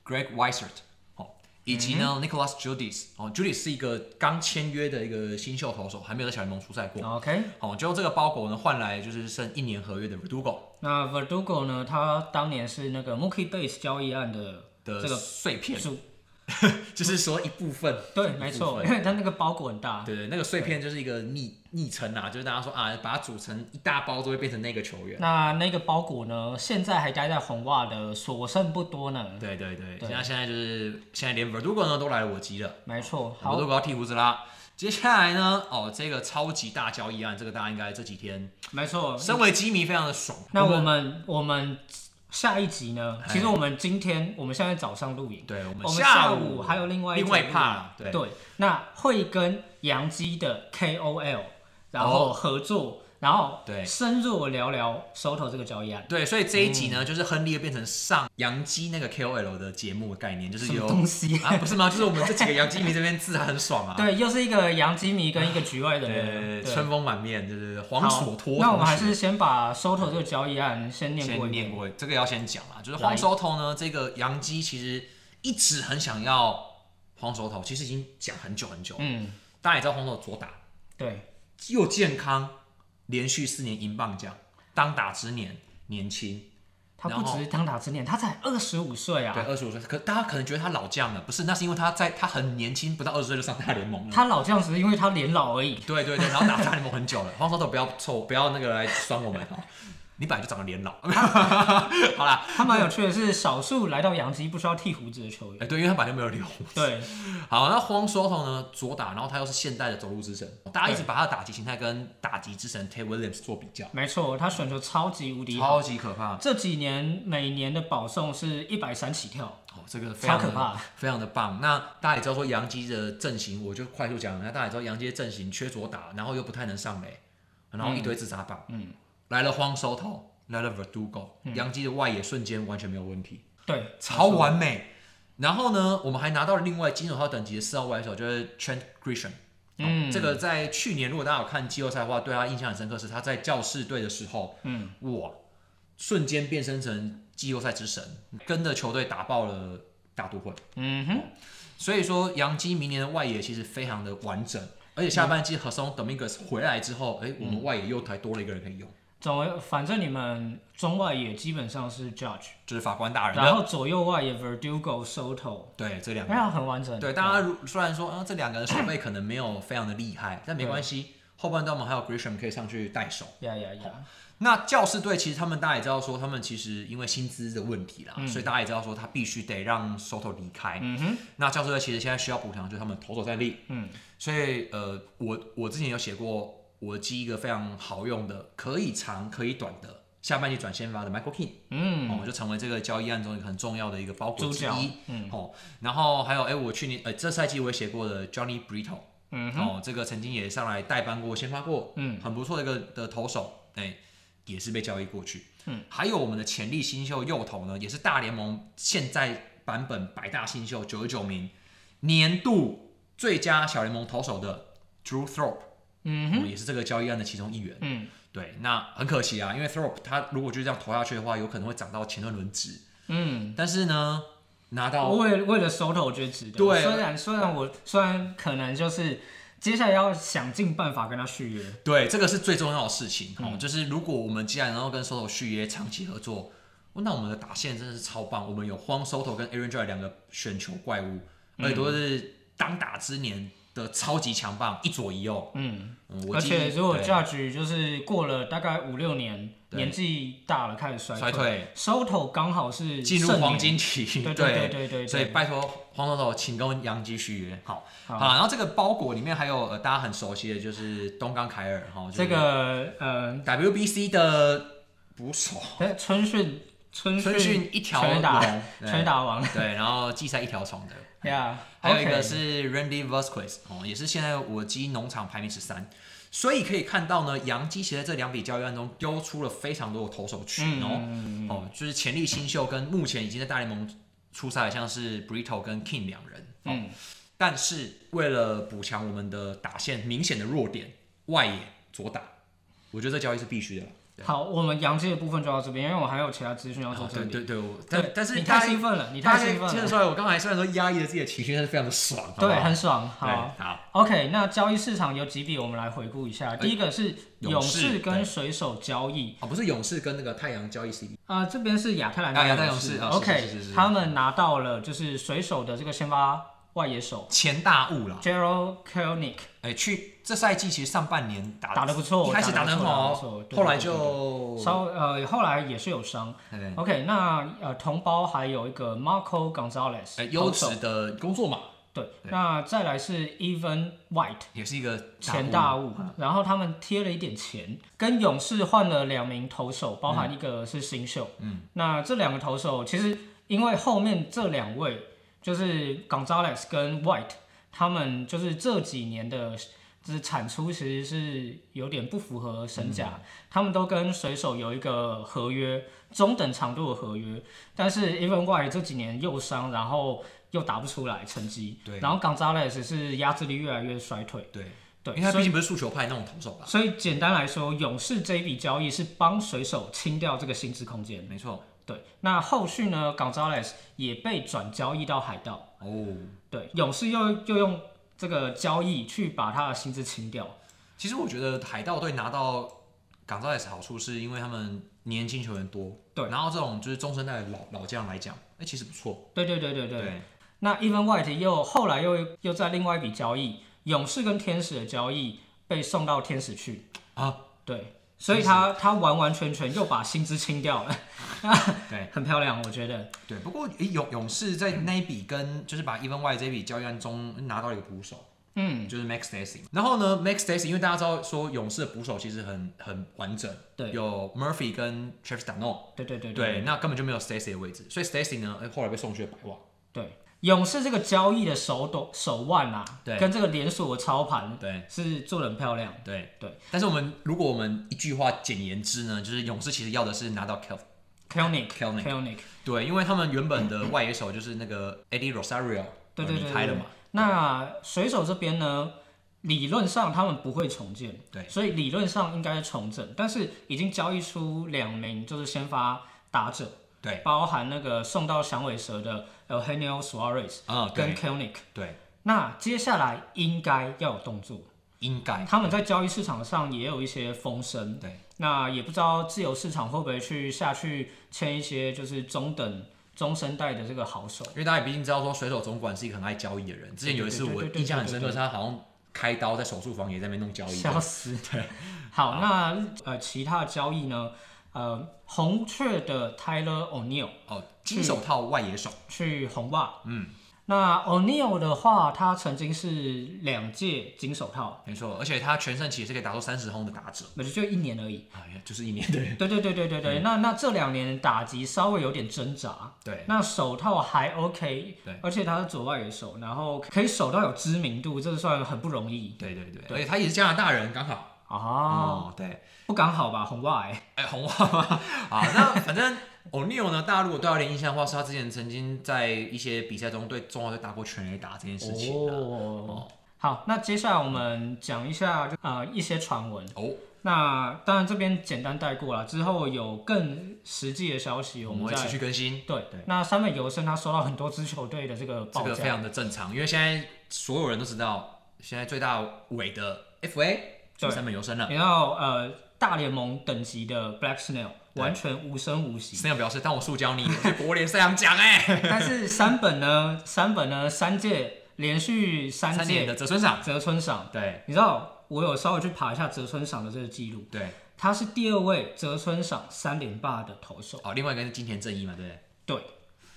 Speaker 1: Greg Weissert，好、以及
Speaker 2: 嗯
Speaker 1: 呢、Nicholas Judis，哦，Judis 是一个刚签约的一个新秀投手，还没有在小联盟出赛过，
Speaker 2: OK，
Speaker 1: 好、就用这个包裹呢换来就是剩一年合约的 Verdugo
Speaker 2: 那 Verdugo 呢？他当年是那个 Mookie Base 交易案的
Speaker 1: 的
Speaker 2: 这个
Speaker 1: 碎片，
Speaker 2: 主，
Speaker 1: 就是说一部分，
Speaker 2: 对，
Speaker 1: 一
Speaker 2: 没
Speaker 1: 部
Speaker 2: 错，
Speaker 1: 分
Speaker 2: 因 为他那个包裹很大，
Speaker 1: 对对，那个碎片就是一个昵昵称啊，就是大家说啊，把它组成一大包，就会变成那个球员。
Speaker 2: 那那个包裹呢，现在还待在红袜的所剩不多呢。
Speaker 1: 对对对，
Speaker 2: 对
Speaker 1: 现在现在就是现在连 Verdugo 呢都来了我基了
Speaker 2: 没错，好，
Speaker 1: ，Verdugo 要剃胡子啦。接下来呢，哦，这个超级大交易案，这个大家应该这几天
Speaker 2: 没错。
Speaker 1: 身为基迷非常的爽。
Speaker 2: 哦那我们我们下一集呢？其实我们今天我们现在早上录影，
Speaker 1: 对我们
Speaker 2: 我们
Speaker 1: 下
Speaker 2: 午还有另外一
Speaker 1: 另外
Speaker 2: 组
Speaker 1: 一趴，对
Speaker 2: 对，那会跟杨基的 KOL 然后合作，然后
Speaker 1: 对
Speaker 2: 深入聊聊手头这个交易案。
Speaker 1: 对，所以这一集
Speaker 2: 嗯
Speaker 1: 呢，就是亨利又变成上洋基那个 KOL 的节目的概念，就是
Speaker 2: 什么
Speaker 1: 有
Speaker 2: 东西？
Speaker 1: 啊，不是吗？就是我们这几个洋基迷这边自然很爽啊，
Speaker 2: 对，又是一个洋基迷跟一个局外的人。
Speaker 1: 呃，
Speaker 2: 对
Speaker 1: 春风满面，就是黄
Speaker 2: 好
Speaker 1: 所托。
Speaker 2: 那我们还是先把 Soto 这个交易案先念
Speaker 1: 先
Speaker 2: 过一
Speaker 1: 念
Speaker 2: 遍。
Speaker 1: 过，这个要先讲啦。就是黄手头呢，这个杨基其实一直很想要黄手头，其实已经讲很久很久了。
Speaker 2: 嗯，
Speaker 1: 大家也知道黄手头左打
Speaker 2: 对，
Speaker 1: 又健康，连续四年银棒奖，当打之年年轻，
Speaker 2: 他
Speaker 1: 然
Speaker 2: 不
Speaker 1: 后
Speaker 2: 只是当打之年，他才二十五岁
Speaker 1: 对，
Speaker 2: 啊。
Speaker 1: 二十五岁。可大家可能觉得他老将了，不是？那是因为他在他很年轻，不到二十岁就上大联盟了。
Speaker 2: 他老这样只是因为他年老而已。
Speaker 1: 对对对，然后打大联盟很久了， 黄手头不要臭，不要那个来酸我们哦。 你本来就长得脸 老，好啦，
Speaker 2: 他蛮有趣的是，少数来到洋基不需要剃胡子的球员。
Speaker 1: 哎、对，因为他本来就没有留胡子。
Speaker 2: 对，
Speaker 1: 好，那荒收头呢，左打，然后他又是现代的走路之神，大家一直把他的打击形态跟打击之神 Tay Williams 做比较，
Speaker 2: 没错，他选球超级无敌好。
Speaker 1: 超级可怕。
Speaker 2: 这几年每年的保送是一百三起跳，
Speaker 1: 哦，这个非
Speaker 2: 超
Speaker 1: 常
Speaker 2: 可怕，
Speaker 1: 非常的棒。那大家也知道说杨基的阵型，我就快速讲一下。那大家也知道杨基的阵型缺左打，然后又不太能上垒，然后一堆自杀棒。嗯，来了荒收头，来了 Verdugo，杨
Speaker 2: 嗯
Speaker 1: 基的外野瞬间完全没有问题，
Speaker 2: 对，
Speaker 1: 超完美。然后呢，我们还拿到了另外金手套等级的四号外野手，就是 Trent Grisham。
Speaker 2: 嗯，
Speaker 1: 这个在去年如果大家有看季后赛的话，对他印象很深刻是他在教士队的时候，嗯，哇，瞬间变身成季后赛之神，跟着球队打爆了大都会。哦
Speaker 2: 嗯哼，
Speaker 1: 所以说，杨基明年的外野其实非
Speaker 2: 嗯
Speaker 1: 常的完整，而且下半季和松 Dominguez 回来之后，哎、我们外野又台多了一个人可以用。
Speaker 2: 总而反正你们中外野基本上是 Judge，
Speaker 1: 就是法官大人
Speaker 2: 然
Speaker 1: 的，
Speaker 2: 后左右外野 Verdugo、Soto，
Speaker 1: 对这两个
Speaker 2: 那样很完整。
Speaker 1: 对，大家如虽然说啊、这两个人手背可能没有非常的厉害，但没关
Speaker 2: 嗯
Speaker 1: 系，后半段我们还有 Grisham 可以上去带手。
Speaker 2: 呀呀呀，
Speaker 1: 那教士队其实他们大家也知道说，他们其实因为薪资的问题啦，所以大家也知道说他必须得让 Soto 离开。
Speaker 2: 嗯哼，
Speaker 1: 那教士队其实现在需要补强就是他们投手战力，
Speaker 2: 嗯，
Speaker 1: 所以呃，我我之前有写过，我记一个非常好用的，可以长可以短的下半季转先发的 Michael King。
Speaker 2: 嗯，
Speaker 1: 哦，就成为这个交易案中一个很重要的一个包裹
Speaker 2: 主
Speaker 1: 之
Speaker 2: 角
Speaker 1: 一。
Speaker 2: 嗯
Speaker 1: 哦，然后还有，哎，我去年呃这赛季我也写过的 Johnny Brito，
Speaker 2: 嗯
Speaker 1: 哦，这个曾经也上来代班过、先发过，
Speaker 2: 嗯，
Speaker 1: 很不错的一个的投手，哎，也是被交易过去。
Speaker 2: 嗯，
Speaker 1: 还有我们的潜力新秀右投呢，也是大联盟现在版本百大新秀九十九名，年度最佳小联盟投手的 Drew Thorpe，
Speaker 2: 嗯
Speaker 1: 哦也是这个交易案的其中一员。
Speaker 2: 嗯，
Speaker 1: 对，那很可惜啊，因为 Thorpe 他如果就这样投下去的话，有可能会涨到前段轮值。
Speaker 2: 嗯，
Speaker 1: 但是呢，拿到
Speaker 2: 为为了收头，我觉得值得。
Speaker 1: 对
Speaker 2: 虽然虽然我虽然可能就是接下来要想尽办法跟他续约，
Speaker 1: 对这个是最重要的事情
Speaker 2: 嗯
Speaker 1: 哦，就是如果我们既然能够跟 Soto 续约长期合作，哦那我们的打线真的是超棒。我们有荒 Soto 跟 Aaron Judge 两个选球怪物，
Speaker 2: 嗯
Speaker 1: 而且都是当打之年的超级强棒，一左一右。
Speaker 2: 嗯，
Speaker 1: 嗯，我
Speaker 2: 而
Speaker 1: 记忆
Speaker 2: 且如果
Speaker 1: 对
Speaker 2: Judge 就是过了大概五六年，
Speaker 1: 对
Speaker 2: 年纪大了开始衰
Speaker 1: 衰退
Speaker 2: 收头刚好是
Speaker 1: 进入
Speaker 2: 盛年
Speaker 1: 黄，金期，
Speaker 2: 对对对对对，
Speaker 1: 所以
Speaker 2: 对
Speaker 1: 拜托黄豆豆，请跟杨基续约。好，
Speaker 2: 好
Speaker 1: 好，然后这个包裹里面还有呃大家很熟悉的就是东冈凯尔哈，
Speaker 2: 这个呃，
Speaker 1: WBC 的捕手
Speaker 2: 哎春训春
Speaker 1: 春训一条
Speaker 2: 全垒打
Speaker 1: 龙，
Speaker 2: 全垒打王
Speaker 1: 对，然后季赛一条虫的，
Speaker 2: 呀，
Speaker 1: 还有一个
Speaker 2: OK
Speaker 1: 是 Randy Vasquez 哦，也是现在我基农场排名十三，所以可以看到呢，洋基其实在这两笔交易案中丢出了非常多的投手
Speaker 2: 嗯
Speaker 1: 群哦，哦，就是潜力新秀跟目前已经在大联盟出赛的，像是 Brito 跟 King 两人，哦、
Speaker 2: 嗯
Speaker 1: 但是为了补强我们的打线明显的弱点，外野左打，我觉得这交易是必须的啦。
Speaker 2: 好，我们杨基的部分就到这边，因为我还有其他资讯要做
Speaker 1: 哦
Speaker 2: 这
Speaker 1: 对
Speaker 2: 里。
Speaker 1: 对对，我
Speaker 2: 对
Speaker 1: 但但是
Speaker 2: 你
Speaker 1: 大
Speaker 2: 太
Speaker 1: 家
Speaker 2: 兴奋了，你
Speaker 1: 大
Speaker 2: 太
Speaker 1: 家可以
Speaker 2: 兴奋
Speaker 1: 听得
Speaker 2: 了，
Speaker 1: 出来，我刚才虽然说压抑了自己的情绪，但是非常的爽，好不好
Speaker 2: 对，很爽。
Speaker 1: 对
Speaker 2: 好，
Speaker 1: 好，
Speaker 2: OK，那交易市场有几笔，我们来回顾一下。第一个是
Speaker 1: 哎
Speaker 2: 勇
Speaker 1: 勇士
Speaker 2: 士跟
Speaker 1: 对
Speaker 2: 水手交易，
Speaker 1: 哦，不是勇士跟那个太阳交易 CD，
Speaker 2: 啊、这边是亚特兰
Speaker 1: 啊
Speaker 2: 大
Speaker 1: 亚特
Speaker 2: 勇
Speaker 1: 勇士啊是
Speaker 2: OK，
Speaker 1: 是是是是
Speaker 2: 他们拿到了就是水手的这个先发外野手
Speaker 1: 前大物啦，
Speaker 2: Gerald Kelnick，
Speaker 1: 哎，去这赛季其实上半年打
Speaker 2: 打得不错
Speaker 1: 一开始
Speaker 2: 打
Speaker 1: 打
Speaker 2: 得
Speaker 1: 得
Speaker 2: 不
Speaker 1: 很
Speaker 2: 错
Speaker 1: 好
Speaker 2: 打得不
Speaker 1: 哦
Speaker 2: 错，对
Speaker 1: 后来
Speaker 2: 对对
Speaker 1: 就哎
Speaker 2: 稍呃后来也是有伤。
Speaker 1: 对对
Speaker 2: OK，那呃同胞还有一个 Marco
Speaker 1: 哎
Speaker 2: Gonzalez，
Speaker 1: 优
Speaker 2: 投
Speaker 1: 质
Speaker 2: 手
Speaker 1: 的工作嘛，
Speaker 2: 对，那再来是 Evan White。
Speaker 1: 也是一个
Speaker 2: 前大
Speaker 1: 物，
Speaker 2: 物，然后他们贴了一点钱，跟勇士换了两名投手，包含一个是新秀。嗯，那这两个投手其实因为后面这两位就是 Gonzalez 跟 White，他们就是这几年的就是产出其实是有点不符合身价，他们都跟水手有一个合约，中等长度的合约，但是 Even White 这几年又伤，然后又打不出来成绩，
Speaker 1: 对
Speaker 2: 然后 Gonzalez 是压制力越来越衰退。
Speaker 1: 对，
Speaker 2: 对，
Speaker 1: 因为他
Speaker 2: 所
Speaker 1: 毕
Speaker 2: 以
Speaker 1: 竟不是速球派那种投手吧，
Speaker 2: 所以简单来说，勇士这一笔交易是帮水手清掉这个薪资空间。
Speaker 1: 没错，
Speaker 2: 对，那后续呢，Gonzalez 也被转交易到海盗。
Speaker 1: 哦，
Speaker 2: 对，勇士又又用这个交易去把他的薪资清掉。
Speaker 1: 其实我觉得海盗队拿到港造也是好处，是因为他们年轻球员多，
Speaker 2: 对
Speaker 1: 然后这种就是中生代的老老将来讲，哎，其实不错，
Speaker 2: 对对对对对。，那 Even White 又后来又又在另外一笔交易，勇士跟天使的交易被送到天使去。
Speaker 1: 啊，
Speaker 2: 对，所以他他完完全全又把薪资清掉了，
Speaker 1: 对。
Speaker 2: 很漂亮，我觉得。
Speaker 1: 对，不过诶勇勇士在那一笔跟就是把 Even Y 这一笔交易案中拿到一个捕手，
Speaker 2: 嗯，
Speaker 1: 就是 Max Stacy。然后呢，Max Stacy，因为大家知道说勇士的捕手其实很很完整，
Speaker 2: 对嗯
Speaker 1: 有 Murphy 跟 Travis d a n o
Speaker 2: 对对对
Speaker 1: 对，那根本就没有 Stacy 的位置，所以 Stacy 呢，诶后来被送去了白袜。
Speaker 2: 对，勇士这个交易的手抖手腕啊，
Speaker 1: 对
Speaker 2: 跟这个连锁的操盘
Speaker 1: 对
Speaker 2: 是做的很漂亮。
Speaker 1: 对
Speaker 2: 嗯对，
Speaker 1: 但是我们如果我们一句话简言之呢，就是勇士其实要的是拿到 Kelv，
Speaker 2: Kelnick
Speaker 1: Kelnick 哦
Speaker 2: Kelnick，
Speaker 1: 对，因为他们原本的外野手就是那个 Eddie Rosario 呃
Speaker 2: 对对对
Speaker 1: 离开了嘛，
Speaker 2: 那水手这边呢，理论上他们不会重建，
Speaker 1: 对
Speaker 2: 所以理论上应该是重整，但是已经交易出两名就是先发打者，
Speaker 1: 对，
Speaker 2: 包含那个送到响尾蛇的 Eugenio Suarez
Speaker 1: 啊、对
Speaker 2: 跟 Kelnick。
Speaker 1: 对，
Speaker 2: 那接下来应该要有动作，
Speaker 1: 应该
Speaker 2: 他们在交易市场上也有一些风声，
Speaker 1: 对，
Speaker 2: 那也不知道自由市场会不会去下去签一些就是中等中生代的这个好手。
Speaker 1: 因为大家毕竟知道说水手总管是一个很爱交易的人。之前有一次
Speaker 2: 对对
Speaker 1: 我
Speaker 2: 对对对
Speaker 1: 印象很深刻，是他好像开刀在手术房也在那边弄交易。
Speaker 2: 笑死。好，那呃，其他的交易呢？呃，红雀的 Tyler O'Neill
Speaker 1: 哦，金手套外野手，
Speaker 2: 去红袜。
Speaker 1: 嗯，
Speaker 2: 那 O'Neill 的话，他曾经是两届金手套，
Speaker 1: 没错，而且他全盛期也是可以打出三十轰的打者，
Speaker 2: 那就就一年而已。
Speaker 1: 哎呀，就是一年对
Speaker 2: 对对对对对
Speaker 1: 嗯
Speaker 2: 对。那那这两年打击稍微有点挣扎。
Speaker 1: 对，
Speaker 2: 那手套还 OK，
Speaker 1: 对
Speaker 2: 而且他是左外野手，然后可以守到有知名度，这算很不容易
Speaker 1: 对对对，而且他也是加拿大人，刚好
Speaker 2: 啊、
Speaker 1: 哦，对，
Speaker 2: 不刚好吧，红袜、欸，
Speaker 1: 哎，红袜吗？啊，那反正 O'Neal 呢，大家如果对他有点印象的话，是他之前曾经在一些比赛中对中华队打过全垒打这件事情啊。
Speaker 2: 哦。好，那接下来我们讲一下就呃一些传闻。
Speaker 1: 哦，
Speaker 2: 那当然这边简单带过了，之后有更实际的消息，
Speaker 1: 我
Speaker 2: 我
Speaker 1: 们
Speaker 2: 们
Speaker 1: 会
Speaker 2: 再
Speaker 1: 持续更新，
Speaker 2: 对。那山本由生他收到很多支球队的这个
Speaker 1: 这
Speaker 2: 报
Speaker 1: 个
Speaker 2: 价，
Speaker 1: 非常的正常，因为现在所有人都知道，现在最大尾的 FA
Speaker 2: 对
Speaker 1: 是三本游生了。
Speaker 2: 然后呃大联盟等级的 Black Snail
Speaker 1: 对
Speaker 2: 完全无声无息。
Speaker 1: 斯 n 表示：“当我塑胶你，我去国联赛扬奖哎，
Speaker 2: 但是山本呢，山本呢三届连续 三
Speaker 1: 三年
Speaker 2: 届
Speaker 1: 的折损赏。
Speaker 2: 泽村赏，”
Speaker 1: 对
Speaker 2: 你知道我有稍微去爬一下泽村赏的这个记录，
Speaker 1: 对，
Speaker 2: 他是第二位泽村赏三连霸的投手。
Speaker 1: 哦，另外一个是金田正一嘛，对不对？
Speaker 2: 对，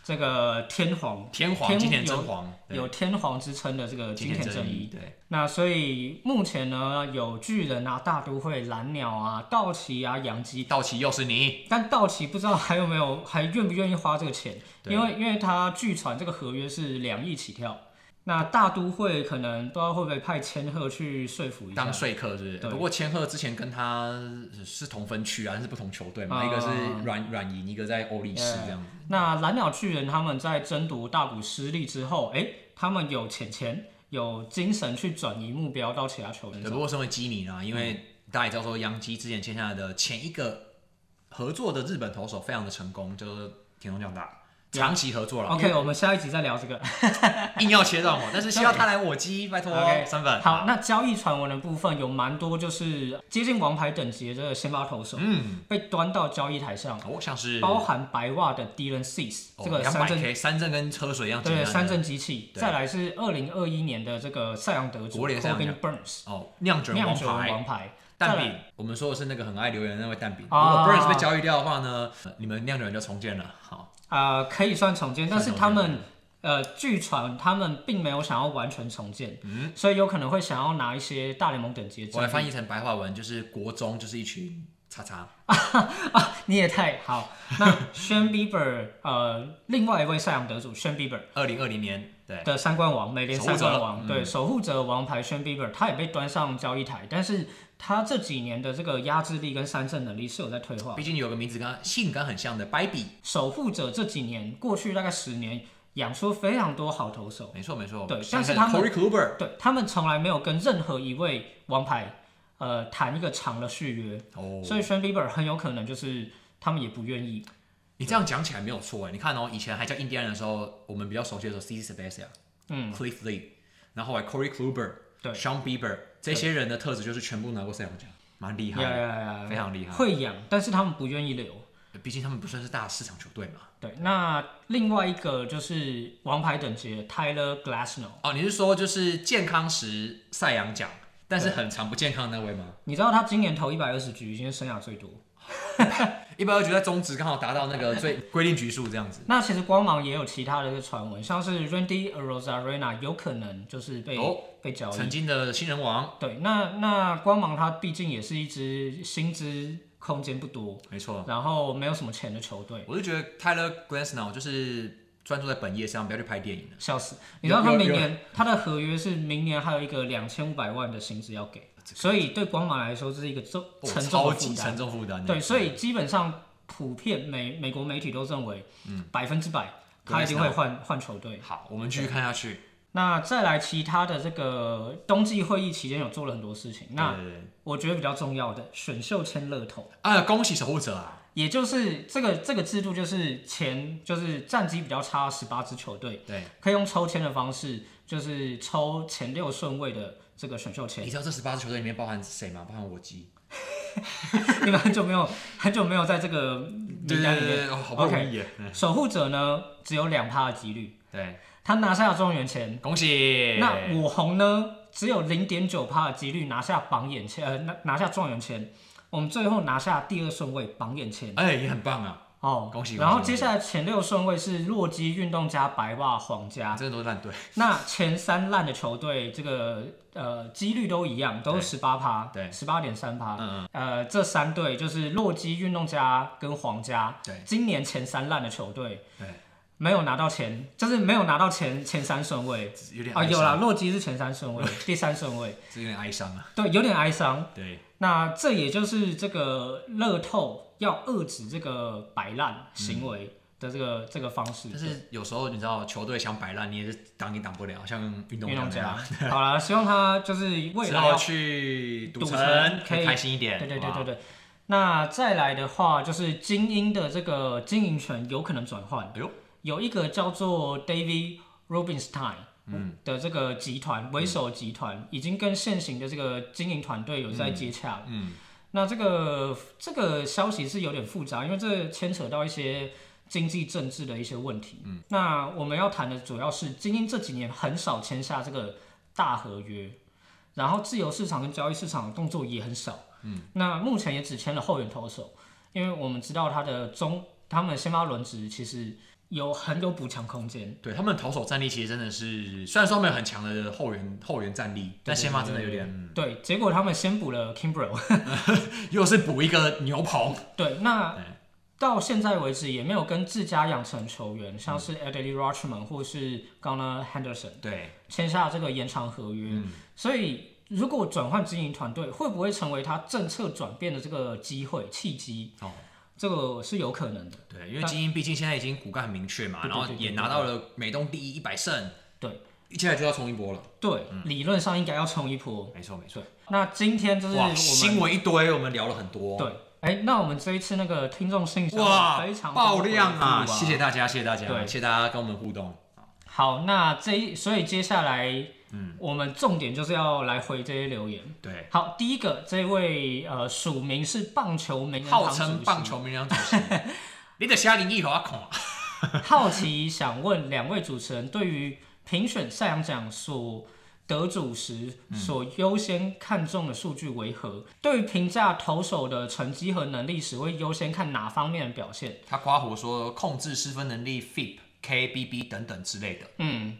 Speaker 2: 这个天皇
Speaker 1: 天皇
Speaker 2: 天
Speaker 1: 金田
Speaker 2: 有
Speaker 1: 正皇，对
Speaker 2: 有天皇之称的这个金田正一。
Speaker 1: 对
Speaker 2: 那所以目前呢，有巨人啊、大都会、蓝鸟啊、道奇啊、洋基，
Speaker 1: 道奇又是你，
Speaker 2: 但道奇不知道还有没有 还愿不愿意花这个钱，
Speaker 1: 对
Speaker 2: 因为因为他据传这个合约是两亿起跳。那大都会可能不知道会不会派千鹤去说服一下
Speaker 1: 当，说客是不是？
Speaker 2: 对
Speaker 1: 不过千鹤之前跟他是同分区啊，是不同球队嘛，
Speaker 2: 啊
Speaker 1: 一个是软软银，一个在欧力士这样子。
Speaker 2: 那蓝鸟巨人他们在争夺大股失利之后，哎、他们有钱钱，有精神去转移目标到其他球员
Speaker 1: 对，
Speaker 2: 上
Speaker 1: 不。嗯过身为基尼呢，因
Speaker 2: 嗯
Speaker 1: 为大家也知道说，杨基之前签下来的前一个合作的日本投手非常的成功，就是田中将大，长期合作了，
Speaker 2: OK，我们下一集再聊这个。
Speaker 1: 硬要切 到我，但是希望他来我基，拜托
Speaker 2: OK
Speaker 1: 三本。
Speaker 2: 好，那交易传闻的部分有蛮多，就是接近王牌等级的这个先发投手，
Speaker 1: 嗯，
Speaker 2: 被端到交易台上，
Speaker 1: 哦，像是哦
Speaker 2: 包含白袜的 Dylan Cease、这个
Speaker 1: 两
Speaker 2: 三
Speaker 1: 百
Speaker 2: 振
Speaker 1: K 三振跟车水一样简
Speaker 2: 对
Speaker 1: 单的
Speaker 2: 三振机器，
Speaker 1: 对
Speaker 2: 再来是二零二一年的这个赛扬德主
Speaker 1: 国联赛扬
Speaker 2: Corbin Burns
Speaker 1: 哦，酿酒人
Speaker 2: 酿
Speaker 1: 王
Speaker 2: 酒人
Speaker 1: 牌。
Speaker 2: 王牌，
Speaker 1: 蛋
Speaker 2: 再来
Speaker 1: 饼，我们说的是那个很爱留言的那位蛋饼。如
Speaker 2: 啊
Speaker 1: 果 Burns 被交易掉的话呢，呃你们酿酒人就重建了。好，
Speaker 2: 啊，可以算重建，但是
Speaker 1: 算重建嗯
Speaker 2: 他们呃，据传他们并没有想要完全重建，所以有可能会想要拿一些大联盟等级的
Speaker 1: 嗯我来
Speaker 2: 战
Speaker 1: 翻译成白话文，就是国中就是一群叉叉。
Speaker 2: 啊，你也太好。那 Shane Bieber 呃，另外一位赛扬得主 Shane Bieber
Speaker 1: 二零二零年，对，
Speaker 2: 的三冠王，美联
Speaker 1: 守护
Speaker 2: 三
Speaker 1: 者嗯
Speaker 2: 冠王，对，守护者王牌 Shane Bieber，他也被端上交易台，但是他这几年的这个压制力跟三振能力是有在退化的
Speaker 1: 毕。竟有个名字跟他性感很像的白比。
Speaker 2: 守护者这几年，过去大概十年养出非常多好投手，
Speaker 1: 没错没错，
Speaker 2: 对
Speaker 1: 像
Speaker 2: 但是他们
Speaker 1: Corey Kluber，
Speaker 2: 对他们从来没有跟任何一位王牌呃谈一个长的续约，
Speaker 1: 哦，
Speaker 2: 所以 Shane Bieber 很有可能就是他们也不愿意。
Speaker 1: 你这样讲起来没有错哎。你看哦，以前还叫印第安人的时候，我们比较熟悉的时候，C. C. Sabathia，
Speaker 2: 嗯
Speaker 1: ，Cliff Lee，然后后来 Corey Kluber，
Speaker 2: 对
Speaker 1: ，Sean Bieber，这些人的特质就是全部拿过赛扬奖，蛮厉害
Speaker 2: 呀
Speaker 1: 的，
Speaker 2: 呀呀呀
Speaker 1: 非常厉害。
Speaker 2: 会养，但是他们不愿意留。
Speaker 1: 毕竟他们不算是大市场球队嘛。
Speaker 2: 对，那另外一个就是王牌等级的 Tyler Glasnow，
Speaker 1: 哦，你是说就是健康时赛扬奖，但是很常不健康的那位吗？
Speaker 2: 你知道他今年投一百二十局，已经是生涯最多。
Speaker 1: 一百二局在中职刚好达到那个最 规定局数这样子。
Speaker 2: 那其实光芒也有其他的一个传闻，像是 Randy Rosarena 有可能就是被、
Speaker 1: 哦
Speaker 2: 被交易。
Speaker 1: 曾经的新人王，
Speaker 2: 对，那那光芒它毕竟也是一支薪资空间不多，
Speaker 1: 没错。
Speaker 2: 然后没有什么钱的球队，
Speaker 1: 我就觉得 Tyler Glassnow 就是专注在本业上，不要去拍电影了。
Speaker 2: 笑死！
Speaker 1: 有
Speaker 2: 你知道他
Speaker 1: 有
Speaker 2: 明
Speaker 1: 有
Speaker 2: 年他的合约是明年还有一个两千五百万的薪资要给，所以对光芒来说这是一个重
Speaker 1: 哦
Speaker 2: 沉重
Speaker 1: 超
Speaker 2: 的负
Speaker 1: 级
Speaker 2: 担。
Speaker 1: 沉重负担的。
Speaker 2: 对，所以基本上普遍美美国媒体都认为，
Speaker 1: 嗯
Speaker 2: 百分之百他一定会换换球队。
Speaker 1: 好，我们继续看下去。
Speaker 2: 那再来其他的这个冬季会议期间有做了很多事情，那
Speaker 1: 对对对
Speaker 2: 我觉得比较重要的选秀签乐透。
Speaker 1: 啊，恭喜守护者啊！
Speaker 2: 也就是这个这个制度，就是前就是战绩比较差十八支球队，
Speaker 1: 对，
Speaker 2: 可以用抽签的方式，就是抽前六顺位的这个选秀
Speaker 1: 你
Speaker 2: 签。
Speaker 1: 知道这十八支球队里面包含谁吗？包含我鸡。
Speaker 2: 你们很久没有很久没有在这个名
Speaker 1: 对
Speaker 2: 单
Speaker 1: 对
Speaker 2: 里
Speaker 1: 对
Speaker 2: 面。
Speaker 1: 对，哦好不容易耶。
Speaker 2: 守护者呢，只有两趴的几率，
Speaker 1: 对，
Speaker 2: 他拿下状元签。
Speaker 1: 恭喜。
Speaker 2: 那我红呢，只有零点九趴的几率拿下榜眼签，呃，拿拿下状元签。我们最后拿下第二顺位榜眼签
Speaker 1: 哎也很棒啊，
Speaker 2: 哦，
Speaker 1: 恭喜恭喜
Speaker 2: 然后接下来前六顺位是洛基、运动家、白袜、皇家。
Speaker 1: 真的都是烂队。
Speaker 2: 那前三烂的球队，这个呃几率都一样，都是十八趴，
Speaker 1: 对
Speaker 2: 十八点三趴。
Speaker 1: 嗯
Speaker 2: 呃，这三队就是洛基、运动家跟皇家，
Speaker 1: 对
Speaker 2: 今年前三烂的球队
Speaker 1: 对，
Speaker 2: 没有拿到前，就是没有拿到前前三顺位。
Speaker 1: 有点
Speaker 2: 啊，
Speaker 1: 哀
Speaker 2: 有啦，
Speaker 1: 伤，
Speaker 2: 洛基是前三顺位， 第三顺位，
Speaker 1: 这有点哀伤啊。
Speaker 2: 对，有点哀伤。
Speaker 1: 对，
Speaker 2: 那这也就是这个乐透要遏制这个摆烂行为的这个、这个方式。
Speaker 1: 但嗯是有时候你知道，球队想摆烂，你也是挡也挡不了，像运动
Speaker 2: 运动
Speaker 1: 那
Speaker 2: 家
Speaker 1: 样。，
Speaker 2: 好啦，希望他就是未
Speaker 1: 只
Speaker 2: 来
Speaker 1: 要
Speaker 2: 要
Speaker 1: 去赌
Speaker 2: 赌
Speaker 1: 城
Speaker 2: 城
Speaker 1: 可
Speaker 2: 可
Speaker 1: 以
Speaker 2: 以
Speaker 1: 开心一点。
Speaker 2: 对对
Speaker 1: 好
Speaker 2: 对
Speaker 1: 不好
Speaker 2: 对对。那再来的话，就是精英的这个经营权有可能转换。
Speaker 1: 哎呦
Speaker 2: 有一个叫做 David Robinstein 的这个集团为首集团，已经跟现行的这个经营团队有在接洽了。
Speaker 1: 嗯
Speaker 2: 那这个这个消息是有点复杂，因为这牵扯到一些经济政治的一些问题。嗯，那我们要谈的主要是精英这几年很少签下这个大合约，然后自由市场跟交易市场的动作也很少。嗯，那目前也只签了后援投手，因为我们知道他的中他们先发轮值其实有很有补强空间。
Speaker 1: 对他们投手战力其实真的是，虽然说没有很强的后援后援战力，但先发真的有点，
Speaker 2: 对，结果他们先补了 Kimbrel，
Speaker 1: 又是补一个牛棚，
Speaker 2: 对，那
Speaker 1: 对
Speaker 2: 到现在为止也没有跟自家养成球员，像
Speaker 1: 嗯
Speaker 2: 是 Adley Rutschman 或是 Gunnar Henderson
Speaker 1: 对，
Speaker 2: 签下这个延长合约，
Speaker 1: 嗯
Speaker 2: 所以如果转换经营团队，会不会成为他政策转变的这个机会契机？
Speaker 1: 哦，
Speaker 2: 这个是有可能的。
Speaker 1: 对，因为精英毕竟现在已经骨干很明确嘛，
Speaker 2: 对对
Speaker 1: 然后
Speaker 2: 对对
Speaker 1: 也
Speaker 2: 对
Speaker 1: 拿到了美东第一一百胜，
Speaker 2: 对，
Speaker 1: 接下来就要冲一波了，
Speaker 2: 对，
Speaker 1: 嗯
Speaker 2: 理论上应该要冲一波。
Speaker 1: 没错没错，
Speaker 2: 对，那今天就是我
Speaker 1: 哇，
Speaker 2: 们
Speaker 1: 新闻一堆，我们聊了很多，
Speaker 2: 对，哎、那我们这一次那个听众信箱
Speaker 1: 哇
Speaker 2: 非，常
Speaker 1: 爆量啊，
Speaker 2: 丰富
Speaker 1: 谢谢大家，谢谢大家，
Speaker 2: 对
Speaker 1: 谢谢大家跟我们互动，
Speaker 2: 好，那这一所以接下来，嗯，我们重点就是要来回这些留言。
Speaker 1: 对，
Speaker 2: 好，第一个这位呃署名是棒球名人堂
Speaker 1: 号称棒球名人堂主席， 你的虾林一口啊孔，
Speaker 2: 主席，好奇想问两位主持人，对于评选赛扬奖所得主时
Speaker 1: 嗯
Speaker 2: 所优先看重的数据为何？对于评价投手的成绩和能力时，会优先看哪方面的表现？
Speaker 1: 他夸胡说控制失分能力 FIP。KBB 等等之类的，
Speaker 2: 嗯，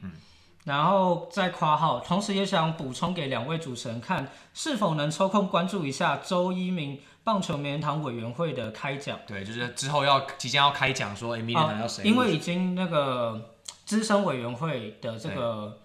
Speaker 2: 然后再括号，同时也想补充给两位主持人看，是否能抽空关注一下周一鸣棒球名人堂委员会的开奖啊
Speaker 1: 对，就是之后要即将要开讲说，哎、明年拿到谁、
Speaker 2: 哦因为已经那个资深委员会的这个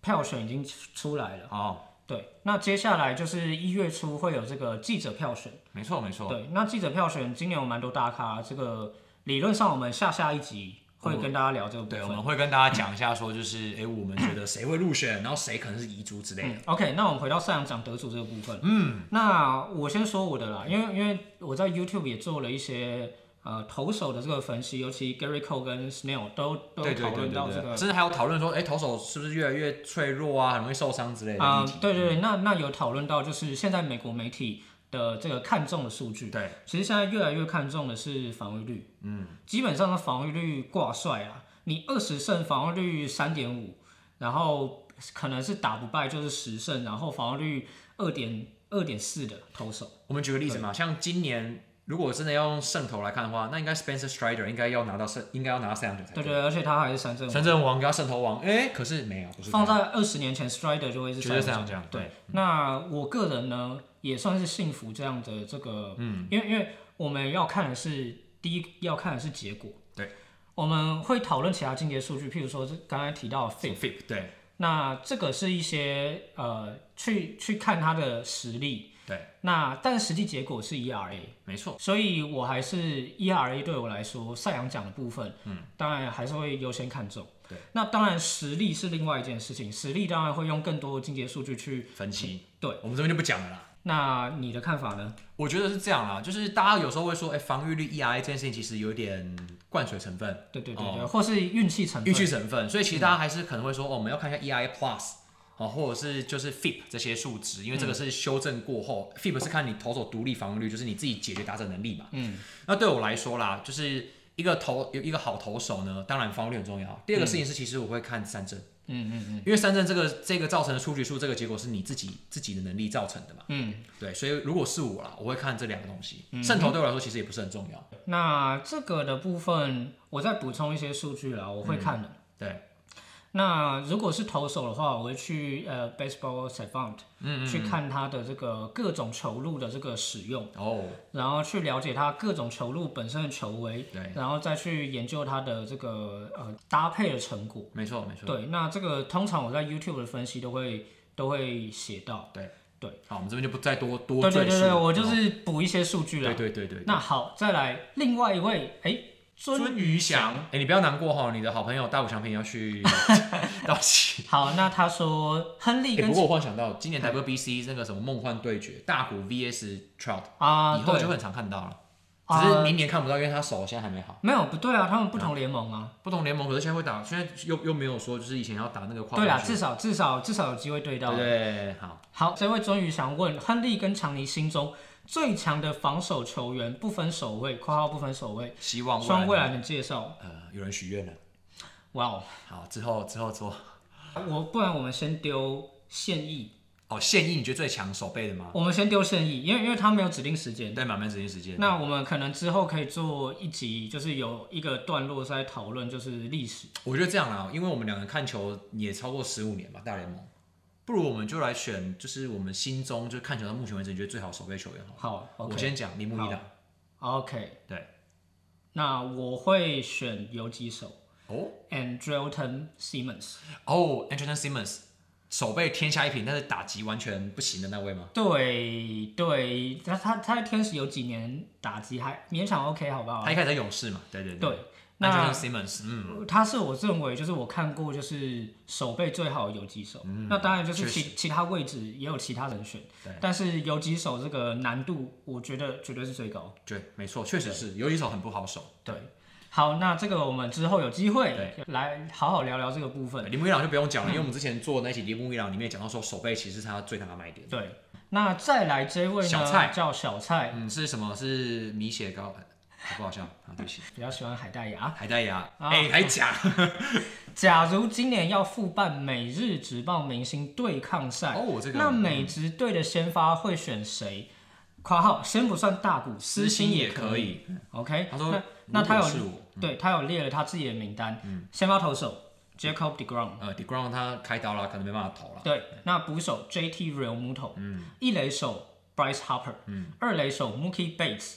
Speaker 2: 票选已经出来了。
Speaker 1: 哦，
Speaker 2: 对，那接下来就是一月初会有这个记者票选。
Speaker 1: 没错没错，
Speaker 2: 对，那记者票选今年有蛮多大咖，这个理论上我们下下一集会跟大家聊这个部
Speaker 1: 对，我
Speaker 2: 分。
Speaker 1: 们会跟大家讲一下说，就是哎、诶我们觉得谁会入 选，然后谁可能是遗珠之类的。
Speaker 2: 嗯，OK，那我们回到赛扬奖得主这个部分。嗯，那我先说我的啦，因为因为我在 YouTube 也做了一些呃投手的这个分析，尤其 Gary Cole 跟 Snell 都都
Speaker 1: 对对
Speaker 2: 讨
Speaker 1: 对
Speaker 2: 论
Speaker 1: 对
Speaker 2: 到
Speaker 1: 对
Speaker 2: 这个
Speaker 1: 甚至还有讨论说，哎、投手是不是越来越脆弱啊，很容易受伤之类的
Speaker 2: 啊、
Speaker 1: 议题。
Speaker 2: 对对对，那那有讨论到就是现在美国媒体的这个看重的数据，
Speaker 1: 对
Speaker 2: 其实现在越来越看重的是防御率，嗯，基本上的防御率挂帅啊，你二十胜防御率三点五，然后可能是打不败就是十胜，然后防御率二点二点四的投手，
Speaker 1: 我们举个例子嘛，像今年如果真的要用胜投来看的话，那应该 Spencer Strider 应该要拿到胜，应该要拿到赛扬奖才
Speaker 2: 对对，而且他还是三振王，
Speaker 1: 深圳王跟他胜投王，哎、可是没有，不是
Speaker 2: 放在二十年前 Strider 就会是
Speaker 1: 绝对
Speaker 2: 三
Speaker 1: 赛
Speaker 2: 振
Speaker 1: 扬奖。
Speaker 2: 对，那我个人呢也算是幸福这样的这个，嗯，因为因为我们要看的是第一要看的是结果，
Speaker 1: 对，
Speaker 2: 我们会讨论其他经节数据，譬如说是刚才提到的 fit，
Speaker 1: ，FIP 对
Speaker 2: 那这个是一些呃去去看他的实力，
Speaker 1: 对，
Speaker 2: 那但实际结果是 ERA，
Speaker 1: 没错，
Speaker 2: 所以我还是 ERA 对我来说赛扬奖的部分，嗯，当然还是会优先看重。
Speaker 1: 对，
Speaker 2: 那当然实力是另外一件事情，实力当然会用更多的进阶数据去
Speaker 1: 分析。
Speaker 2: 对，
Speaker 1: 我们这边就不讲了啦。
Speaker 2: 那你的看法呢？
Speaker 1: 我觉得是这样啦，就是大家有时候会说，哎、防御率 ERA 这件事情其实有点灌水成嗯分、
Speaker 2: 哦对对对对，或是运气成分。
Speaker 1: 运气成分，所以其实大家还是可能会说，哦，我们要看一下 ERA E Plus，哦，或者是就是 FIP 这些数值，因为这个是修正过后、f i p 是看你投手独立防御率，就是你自己解决打者能力嘛。嗯，那对我来说啦，就是一个投有一个好投手呢，当然防御率很重要。第二个事情是，其实我会看三振。
Speaker 2: 嗯嗯嗯
Speaker 1: 因为三振这个这个造成的出局数，这个结果是你自己自己的能力造成的嘛。
Speaker 2: 嗯。
Speaker 1: 对，所以如果是我啦，我会看这两个东西。渗透对我来说其实也不是很重要。
Speaker 2: 那这个的部分，我再补充一些数据啦，我会看的。
Speaker 1: 对，
Speaker 2: 那如果是投手的话，我会去呃 Baseball Savant
Speaker 1: 嗯
Speaker 2: 去看他的这个各种球路的这个使用，
Speaker 1: 哦，
Speaker 2: 然后去了解他各种球路本身的球威，
Speaker 1: 对，
Speaker 2: 然后再去研究它的这个呃搭配的成果。
Speaker 1: 没错没错。
Speaker 2: 对，那这个通常我在 YouTube 的分析都会都会写到。
Speaker 1: 好，我们这边就不再多多
Speaker 2: 对对
Speaker 1: 赘
Speaker 2: 对
Speaker 1: 述
Speaker 2: 对，
Speaker 1: 了。
Speaker 2: 我就
Speaker 1: 哦
Speaker 2: 是补一些数据
Speaker 1: 对
Speaker 2: 啦。
Speaker 1: 对对对。
Speaker 2: 那好，再来另外一位，哎，尊。
Speaker 1: 宇翔，哎、你不要难过哈，你的好朋友大谷翔平要 去道歉。
Speaker 2: 好，那他说亨利
Speaker 1: 哎、
Speaker 2: 跟
Speaker 1: 不过我幻想到今年 WBC 那个什么梦幻对决，大谷 VS Trout，
Speaker 2: 啊，
Speaker 1: 以后
Speaker 2: 对
Speaker 1: 就，很常看到了。
Speaker 2: 啊
Speaker 1: 只是明年看不到，因为他手现在还没好。
Speaker 2: 没有不对啊，他们不同联盟啊。
Speaker 1: 不同联盟可是现在会打，现在又又没有说就是以前要打那个跨
Speaker 2: 对啦，
Speaker 1: 冠
Speaker 2: 至
Speaker 1: 军
Speaker 2: 少至少至少有机会对到
Speaker 1: 对。对好，
Speaker 2: 好，这位终于想问亨利跟强尼心中最强的防守球员，不分守卫（括号不分守卫
Speaker 1: 希），望
Speaker 2: 双
Speaker 1: 未
Speaker 2: 未
Speaker 1: 来
Speaker 2: 来的介绍。
Speaker 1: 呃有人许愿了。
Speaker 2: 哇哦，
Speaker 1: 好，之后之后做
Speaker 2: 我不然我们先丢现役。
Speaker 1: 哦，现役你觉得最强手背的吗？
Speaker 2: 我们先丢现役，因为因为他没有指定时间。
Speaker 1: 对，满分时间时间。
Speaker 2: 那我们可能之后可以做一集，就是有一个段落是在讨论就是历史。
Speaker 1: 我觉得这样啦，因为我们两个看球也超过十五年吧，大联盟，不如我们就来选，就是我们心中就看球到目前为止你觉得最好守备球员好了。
Speaker 2: 好
Speaker 1: 我
Speaker 2: ，OK，OK。
Speaker 1: 先讲铃木一朗，
Speaker 2: OK
Speaker 1: 对，
Speaker 2: 那我会选游击手
Speaker 1: 哦
Speaker 2: Andrelton Simmons。
Speaker 1: 哦，Anderson Simmons，守备天下一品，但是打击完全不行的那位吗？
Speaker 2: 对对，他他他在天使有几年打击还勉强 OK 好不好
Speaker 1: 他？一开始在勇士嘛，对对
Speaker 2: 对，那
Speaker 1: ，Anderson Simmons，嗯，
Speaker 2: 他是我认为就是我看过就是手背最好的游击手，那当然就是
Speaker 1: 嗯确
Speaker 2: 其其他位置也有其他人选
Speaker 1: 对，
Speaker 2: 但是游击手这个难度我觉得绝对是最高。
Speaker 1: 对，没错，确实是，游击手很不好守。
Speaker 2: 对，好，那这个我们之后有机会
Speaker 1: 对
Speaker 2: 来好好聊聊这个部分。
Speaker 1: 铃木一朗就不用讲了，因为我们之前做那期铃木一朗里面也讲到说，守备其实是他最大的卖点。
Speaker 2: 对，那再来这位呢
Speaker 1: 小蔡
Speaker 2: 叫小蔡，
Speaker 1: 嗯，是什么？是米血糕，好不好笑啊？对不起，
Speaker 2: 比较喜欢海带芽。
Speaker 1: 海带牙，
Speaker 2: 啊
Speaker 1: 哎，还假。
Speaker 2: 假如今年要复办每日职棒明星对抗赛，
Speaker 1: 哦这个
Speaker 2: 那美职队的先发会选谁？（括号先不算大股，
Speaker 1: 私心也可
Speaker 2: 可以。
Speaker 1: 以。
Speaker 2: OK，
Speaker 1: 他说
Speaker 2: 那那他
Speaker 1: 如
Speaker 2: 有
Speaker 1: 果是我，嗯
Speaker 2: 对他有列了他自己的名单，先发投手 Jacob Degrom，
Speaker 1: 呃，Degrom 他开刀了，可能没办法投了。
Speaker 2: 对，那捕手 JT Realmuto，嗯，一垒手 Bryce Harper，嗯，二垒手 Mookie Bates，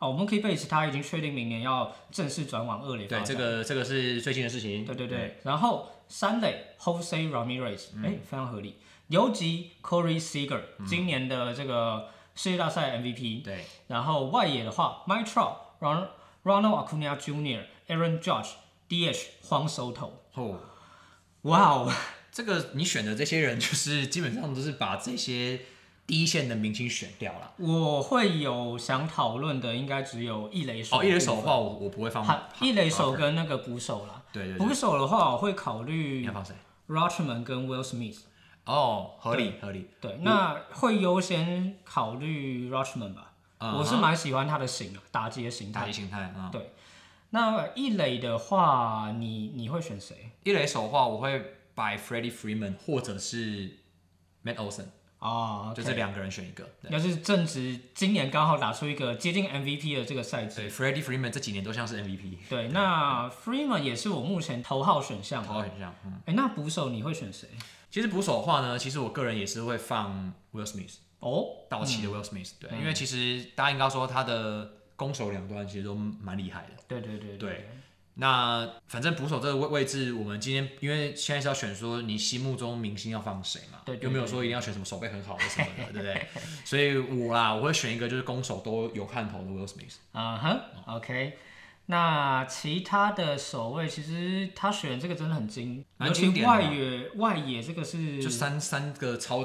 Speaker 2: 哦，Mookie Bates 他已经确定明年要正式转往二垒
Speaker 1: 对，
Speaker 2: 发展，
Speaker 1: 这个这个是最近的事情。
Speaker 2: 对对对，然后三垒 Jose Ramirez，哎、
Speaker 1: 嗯
Speaker 2: 非常合理，游击 Corey Seager，、今年的这个世界大赛 MVP，
Speaker 1: 对，
Speaker 2: 然后外野的话 m y t r o Ron Ronald Acuna Jr. Aaron Judge DH 黄手头。
Speaker 1: 哦，
Speaker 2: 哇哦，
Speaker 1: 这个你选的这些人，就是基本上都是把这些第一线的明星选掉了。
Speaker 2: 我会有想讨论的，应该只有一垒手。
Speaker 1: 哦，一垒手的话，我我不会放
Speaker 2: 好，
Speaker 1: 好。
Speaker 2: 一垒手跟那个捕手啦。
Speaker 1: 对对对，
Speaker 2: 捕手的话，我会考
Speaker 1: 你
Speaker 2: 虑
Speaker 1: 要放谁？
Speaker 2: Rochman 跟 Will Smith。
Speaker 1: 哦，合理合理。
Speaker 2: 对，那会优先考虑 Rochman
Speaker 1: 嗯
Speaker 2: 吧。我是蛮喜欢他的型啊，打击的形
Speaker 1: 打
Speaker 2: 态
Speaker 1: 击。形态啊，
Speaker 2: 那一垒的话，你你会选谁？
Speaker 1: 一垒手的话，我会 by Freddie Freeman 或者是 Matt Olson，
Speaker 2: 哦，
Speaker 1: 就这两个人选一个。对
Speaker 2: 要是正值今年刚好打出一个接近 MVP 的这个赛季，
Speaker 1: 对，Freddie Freeman 这几年都像是 MVP，
Speaker 2: 对，那 Freeman 也是我目前头号选项。
Speaker 1: 头号选项。嗯
Speaker 2: 哎，那捕手你会选谁？
Speaker 1: 其实捕手的话呢，其实我个人也是会放 Will Smith，
Speaker 2: 哦，
Speaker 1: 道奇的 Will Smith，、对，因为其实大家应该说他的攻守两端其实都蛮厉害的。
Speaker 2: 对对对
Speaker 1: 对，那反正捕手这个位位置，我们今天因为现在是要选说你心目中明星要放谁嘛，
Speaker 2: 对对
Speaker 1: 又没有说一定要选什么手背很好的什么的，对不 对？所以我啦，我会选一个就是攻守都有看头的 Will Smith。
Speaker 2: 啊哼，OK。那其他的守卫其实他选这个真的很精，
Speaker 1: 蛮
Speaker 2: 尤其
Speaker 1: 经典的
Speaker 2: 外野外野这个是
Speaker 1: 就三三个超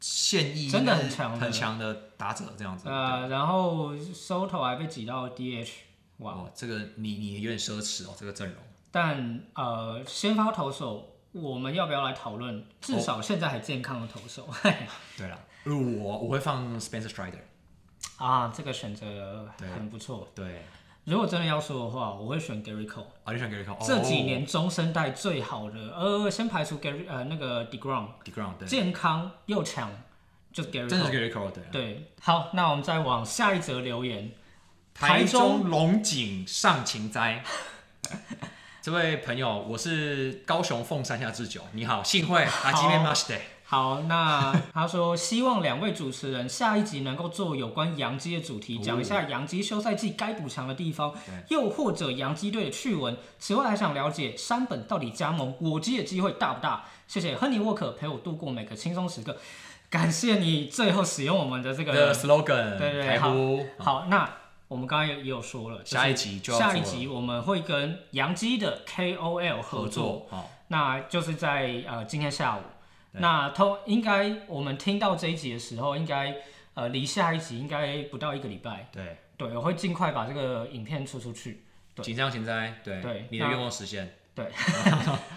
Speaker 1: 现役
Speaker 2: 嗯真的很
Speaker 1: 但是
Speaker 2: 强的
Speaker 1: 很强的打者这样子。
Speaker 2: 呃，然后收头还被挤到 DH，哇！
Speaker 1: 哦哇，这个你你有点奢侈哦，这个阵容。
Speaker 2: 但呃，先发投手我们要不要来讨论至少现在还健康的投手？
Speaker 1: 对了，我我会放 Spencer Strider，
Speaker 2: 啊，这个选择
Speaker 1: 对
Speaker 2: 很不错。
Speaker 1: 对，
Speaker 2: 如果真的要说的话，我会选 Gary Cole，、
Speaker 1: 啊，你选 Gary Cole，
Speaker 2: 这几年中生代最好的。呃，先排除 Gary 呃那个 Degrom，
Speaker 1: d e g r o n 对，
Speaker 2: 健康又强，就是 Gary
Speaker 1: 真的
Speaker 2: Cole。
Speaker 1: 是 Gary Cole 对。
Speaker 2: 对，好，那我们再往下一则留言。
Speaker 1: 台
Speaker 2: 台
Speaker 1: 中
Speaker 2: 中
Speaker 1: 龙井上情灾。 这位朋友，我是高雄凤山下之久，你好，幸会，阿基面 m a s t e
Speaker 2: 好， 那他说希望两位主持人下一集能够做有关洋基的主题，讲一
Speaker 1: 哦
Speaker 2: 下洋基休赛季该补强的地方，又或者洋基队的趣闻。此外，还想了解山本到底加盟我基的机会大不大？谢谢亨尼沃克陪我度过每个轻松时刻，感谢你最后使用我们的这
Speaker 1: 的
Speaker 2: 个。
Speaker 1: slogan，
Speaker 2: 对对对
Speaker 1: 台呼，
Speaker 2: 好，那我们刚刚也也有说了，就是
Speaker 1: 下一集就要
Speaker 2: 下一
Speaker 1: 做了
Speaker 2: 集我们会跟洋基的 KOL 合
Speaker 1: 合
Speaker 2: 作。
Speaker 1: 作，哦好，
Speaker 2: 那就是在呃今天下午。那通应该我们听到这一集的时候，应该呃离下一集应该不到一个礼拜。
Speaker 1: 对，
Speaker 2: 对，我会尽快把这个影片出出去。
Speaker 1: 紧张情灾，对，
Speaker 2: 对
Speaker 1: 你的
Speaker 2: 那
Speaker 1: 愿望实现。
Speaker 2: 对，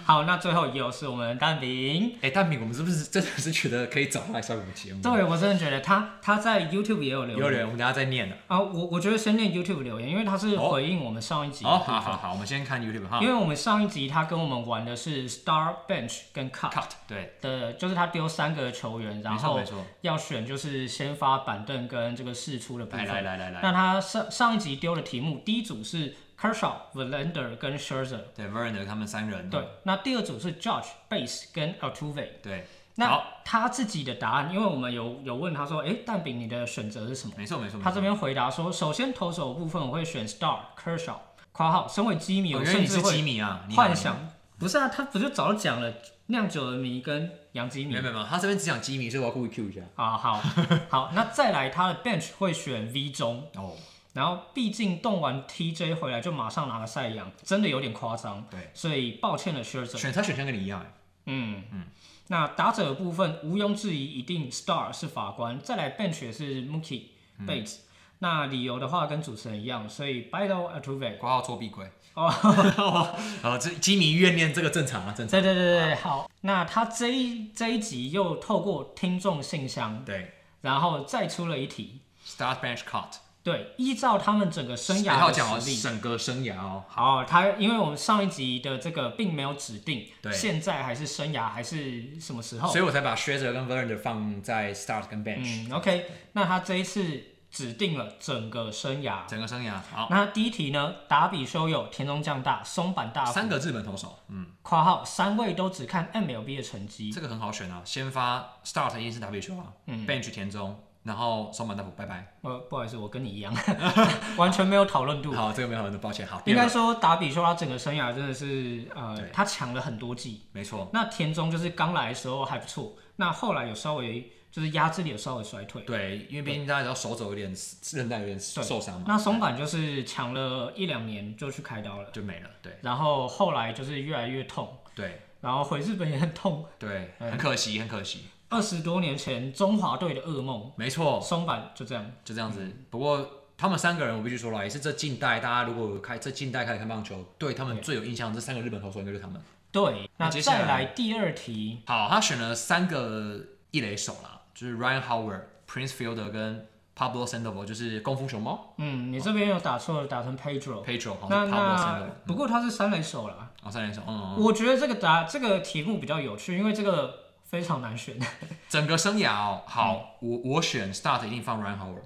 Speaker 2: 好，那最后也有是我们蛋饼。
Speaker 1: 哎，蛋饼，我们是不是真的是觉得可以找他来上我们节目？
Speaker 2: 对，我真的觉得他他在 YouTube 也有留
Speaker 1: 有
Speaker 2: 言
Speaker 1: 人，我们等下再念的。
Speaker 2: 啊，我我觉得先念 YouTube 留言，因为他是
Speaker 1: 哦
Speaker 2: 回应我们上一集的
Speaker 1: 好
Speaker 2: 部分
Speaker 1: 好好好，我们先看 YouTube 哈
Speaker 2: 因为我们上一集他跟我们玩的是 Star Bench 跟 Cut
Speaker 1: ，Cut，对，
Speaker 2: 的，就是他丢三个球员，然
Speaker 1: 没错
Speaker 2: 后
Speaker 1: 没错，
Speaker 2: 要选就是先发板凳跟这个试出的部
Speaker 1: 来
Speaker 2: 分。
Speaker 1: 来来来来，
Speaker 2: 那他上上一集丢的题目，第一组是 Kershaw、Verlander 跟 Scherzer，
Speaker 1: 对 v e r n d e r 他们三人，
Speaker 2: 对，那第二组是 Judge、Base 跟 Altuve。
Speaker 1: 对，
Speaker 2: 那
Speaker 1: 好
Speaker 2: 他自己的答案，因为我们有有问他说，诶，蛋饼你的选择是什么？
Speaker 1: 没错没错，
Speaker 2: 他这
Speaker 1: 没
Speaker 2: 边回答说，首先投手的部分我会选 Star Kershaw。括号，身为基迷，
Speaker 1: 错，
Speaker 2: 我
Speaker 1: 哦原来
Speaker 2: 甚
Speaker 1: 你
Speaker 2: 至
Speaker 1: 是
Speaker 2: 会
Speaker 1: 吉米啊，你好
Speaker 2: 幻想，不是啊，他不就早就讲了酿酒的迷跟洋基迷
Speaker 1: 没有没有没有，他这边只讲基米，所以我要故意 Q 一下。
Speaker 2: 啊？ 好好，那再来他的 bench 会选 V 中，
Speaker 1: 哦，
Speaker 2: 然后毕竟动完 TJ 回来就马上拿了赛扬，真的有点夸张，
Speaker 1: 对，
Speaker 2: 所以抱歉了 s h i r t
Speaker 1: 选他选项跟你一样哎，
Speaker 2: 嗯嗯。那打者的部分毋庸置疑，一定 Star 是法官，再来 bench 也是 Mookie
Speaker 1: 嗯
Speaker 2: Bates、那理由的话跟主持人一样，所以 b i d o Altuve
Speaker 1: 挂号作弊鬼。
Speaker 2: 哦，
Speaker 1: 好，这基米怨念这个正常啊，正常。
Speaker 2: 对对对对，好。那他这一这一集又透过听众信箱，
Speaker 1: 对
Speaker 2: 然后再出了一题。
Speaker 1: ，Start Bench Cut，
Speaker 2: 对，依照他们整个生
Speaker 1: 哎他
Speaker 2: 涯
Speaker 1: 有
Speaker 2: 的
Speaker 1: 讲哦，
Speaker 2: 实力，
Speaker 1: 整个生涯哦，
Speaker 2: 好，他因为我们上一集的这个并没有指定
Speaker 1: 对，
Speaker 2: 现在还是生涯还是什么时候
Speaker 1: 所？以我才把 s h r e d e r 跟 Verlander 放在 Start 跟 Bench，
Speaker 2: 嗯，OK，那他这一次指定了整个生涯。
Speaker 1: 整个生涯好，
Speaker 2: 那第一题呢？达比修有田中将大、松坂大辅
Speaker 1: 啊三，个日本投手，嗯，
Speaker 2: 括号三位都只看 MLB 的成绩。
Speaker 1: 这个很好选啊，先发 Start 一定是 W 球啊，Bench 田中，然后松满大辅，拜拜。
Speaker 2: 呃，不好意思，我跟你 一样， 完全没有讨论度。
Speaker 1: 好，这个没有很多抱歉，好，第
Speaker 2: 应
Speaker 1: 二
Speaker 2: 该
Speaker 1: 个
Speaker 2: 说达比修他整个生涯真的是，呃
Speaker 1: 对，
Speaker 2: 他抢了很多季。
Speaker 1: 没错，
Speaker 2: 那田中就是刚来的时候还不错，那后来有稍微就是压制力有稍微衰退。
Speaker 1: 对，因为毕竟大家知道手肘有点韧带有点
Speaker 2: 对
Speaker 1: 受伤嘛，
Speaker 2: 那松坂就是抢了一两年就去开刀了，
Speaker 1: 就没了，对
Speaker 2: 然后后来就是越来越痛，
Speaker 1: 对
Speaker 2: 然后回日本也很痛。
Speaker 1: 对，
Speaker 2: 嗯
Speaker 1: 很可惜，很可惜，
Speaker 2: 二十多年前中华队的噩梦，
Speaker 1: 没错，
Speaker 2: 松坂就这样。
Speaker 1: 就这样子。
Speaker 2: 嗯
Speaker 1: 不过他们三个人，我必须说了，也是这近代大家如果有开这近代开始看棒球，对他们最有印象这三个日本投手应该就是他们。
Speaker 2: 对，
Speaker 1: 那
Speaker 2: 那
Speaker 1: 接下来
Speaker 2: 再来第二题，
Speaker 1: 好，他选了三个一垒手啦，就是 Ryan Howard、Prince Fielder 跟 Pablo Sandoval，就是功夫熊猫
Speaker 2: 嗯，你这边有打错了，打成 Pedro。
Speaker 1: Pedro 好
Speaker 2: 那
Speaker 1: 像是 Pablo
Speaker 2: 那
Speaker 1: Sandoval。
Speaker 2: 不过他是三垒手啦，
Speaker 1: 哦，三垒手，嗯，嗯
Speaker 2: 我觉得这个答这个题目比较有趣，因为这个非常难选。
Speaker 1: 整个生涯哦，好，我我选 start 一定放 Ryan Howard，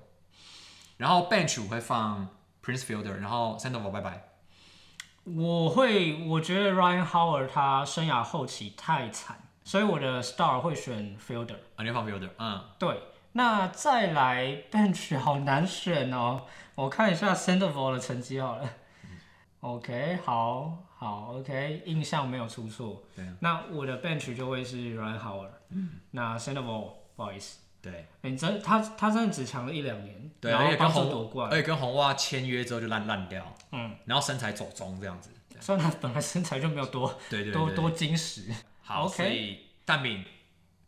Speaker 1: 然后 bench 我会放 Prince Fielder，然后 Sandoval 拜拜，
Speaker 2: 我会，我觉得 Ryan Howard 他生涯后期太惨，所以我的 Star 会选 Fielder。
Speaker 1: 啊，你会放 Fielder，嗯，
Speaker 2: 对，那再来 Bench 好难选哦， 我看一下 Sandoval 的成绩好了。OK，好好 OK，印象没有出错。
Speaker 1: 对啊嗯
Speaker 2: 那我的 Bench 就会是 Ryan Howard，、那 Sandoval 不好意思，
Speaker 1: 对，
Speaker 2: 你真他他真的只强了一两年，
Speaker 1: 对，啊
Speaker 2: 然
Speaker 1: 而
Speaker 2: 后
Speaker 1: 且跟
Speaker 2: 帮助夺
Speaker 1: 红，
Speaker 2: 冠
Speaker 1: 而。且跟红袜签约之后就烂烂掉，
Speaker 2: 嗯，
Speaker 1: 然后身材走中这样子，
Speaker 2: 虽然他本来身材就没有多
Speaker 1: 对对对
Speaker 2: 多
Speaker 1: 对
Speaker 2: 多金石，
Speaker 1: 好
Speaker 2: OK
Speaker 1: 所以蛋饼，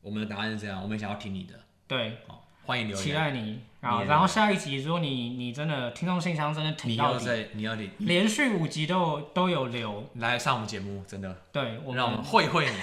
Speaker 1: 我们的答案是这样，我们想要听你的，
Speaker 2: 对，
Speaker 1: 哦，欢迎留
Speaker 2: 期
Speaker 1: 言。
Speaker 2: 待你啊！
Speaker 1: 你
Speaker 2: 然后下一集，如果你你真的听众信箱真的
Speaker 1: 你
Speaker 2: 挺到
Speaker 1: 要
Speaker 2: 底，
Speaker 1: 在，你要你
Speaker 2: 连续五集都有都有留，
Speaker 1: 来上我们节目，真的，
Speaker 2: 对我
Speaker 1: 让我们
Speaker 2: 们
Speaker 1: 会会你。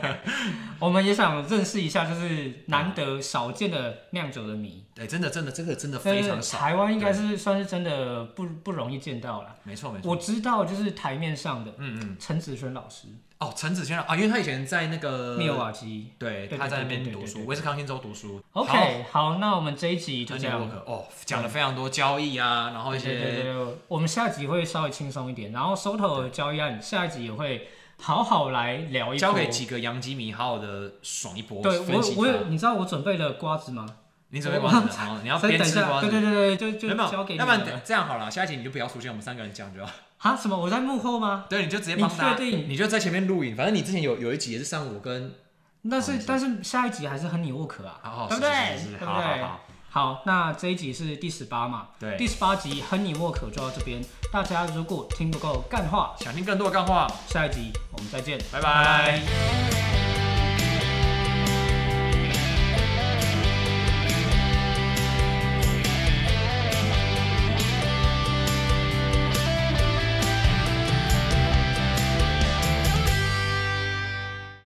Speaker 2: 我们也想认识一下，
Speaker 1: 嗯
Speaker 2: 就是难得少见的酿酒的迷，
Speaker 1: 对，真的，真的，这个真的
Speaker 2: 但
Speaker 1: 非
Speaker 2: 是
Speaker 1: 常少。
Speaker 2: 台湾应该是算是真的不不容易见到了。
Speaker 1: 没错，没错。
Speaker 2: 我知道就是台面上的
Speaker 1: 嗯嗯。
Speaker 2: 陈子轩老师，
Speaker 1: 哦，陈子轩啊，因为他以前在那个
Speaker 2: 密尔瓦基。
Speaker 1: 对，
Speaker 2: 对
Speaker 1: 他在那
Speaker 2: 对对
Speaker 1: 边
Speaker 2: 对
Speaker 1: 读
Speaker 2: 对
Speaker 1: 书，
Speaker 2: 对
Speaker 1: 威斯康星州读书。好
Speaker 2: OK，好，那我们这一集就
Speaker 1: Tony
Speaker 2: 这样。
Speaker 1: Walker，哦，讲了非常多交易啊，然后一
Speaker 2: 对对
Speaker 1: 些
Speaker 2: 对对，我们下集会稍微轻松一点，然后收头的交易案下一集也会好好来聊一波。
Speaker 1: 交给几个洋基迷，好好的爽一波，
Speaker 2: 对
Speaker 1: 分
Speaker 2: 我
Speaker 1: 析
Speaker 2: 我
Speaker 1: 它。
Speaker 2: 有，你知道我准备了瓜子吗？
Speaker 1: 你准备瓜子啊？哦你要
Speaker 2: 所以
Speaker 1: 边
Speaker 2: 等一
Speaker 1: 吃
Speaker 2: 下，
Speaker 1: 瓜
Speaker 2: 对
Speaker 1: 子，
Speaker 2: 对对对，就
Speaker 1: 有
Speaker 2: 就
Speaker 1: 没有
Speaker 2: 交给你
Speaker 1: 要不然
Speaker 2: 了。
Speaker 1: 等这样好了，下一集你就不要出现，我们三个人讲就好。
Speaker 2: 啊什么？我在幕后吗？
Speaker 1: 对，你就直接
Speaker 2: 你
Speaker 1: 帮他，
Speaker 2: 确定
Speaker 1: 你就在前面录影。反正你之前有有一集也是上午跟，
Speaker 2: 但是但是下一集还是亨尼沃克啊，
Speaker 1: 好好，
Speaker 2: 对不对
Speaker 1: 是是是？是
Speaker 2: 对
Speaker 1: 好
Speaker 2: 不
Speaker 1: 好
Speaker 2: 对？
Speaker 1: 好，
Speaker 2: 好，那这一集是第十八嘛？第
Speaker 1: 对。
Speaker 2: 十八集亨尼沃克就到这边，大家如果听不够干话，
Speaker 1: 想听更多的干话，
Speaker 2: 下一集我们再见，
Speaker 1: 拜拜
Speaker 2: 拜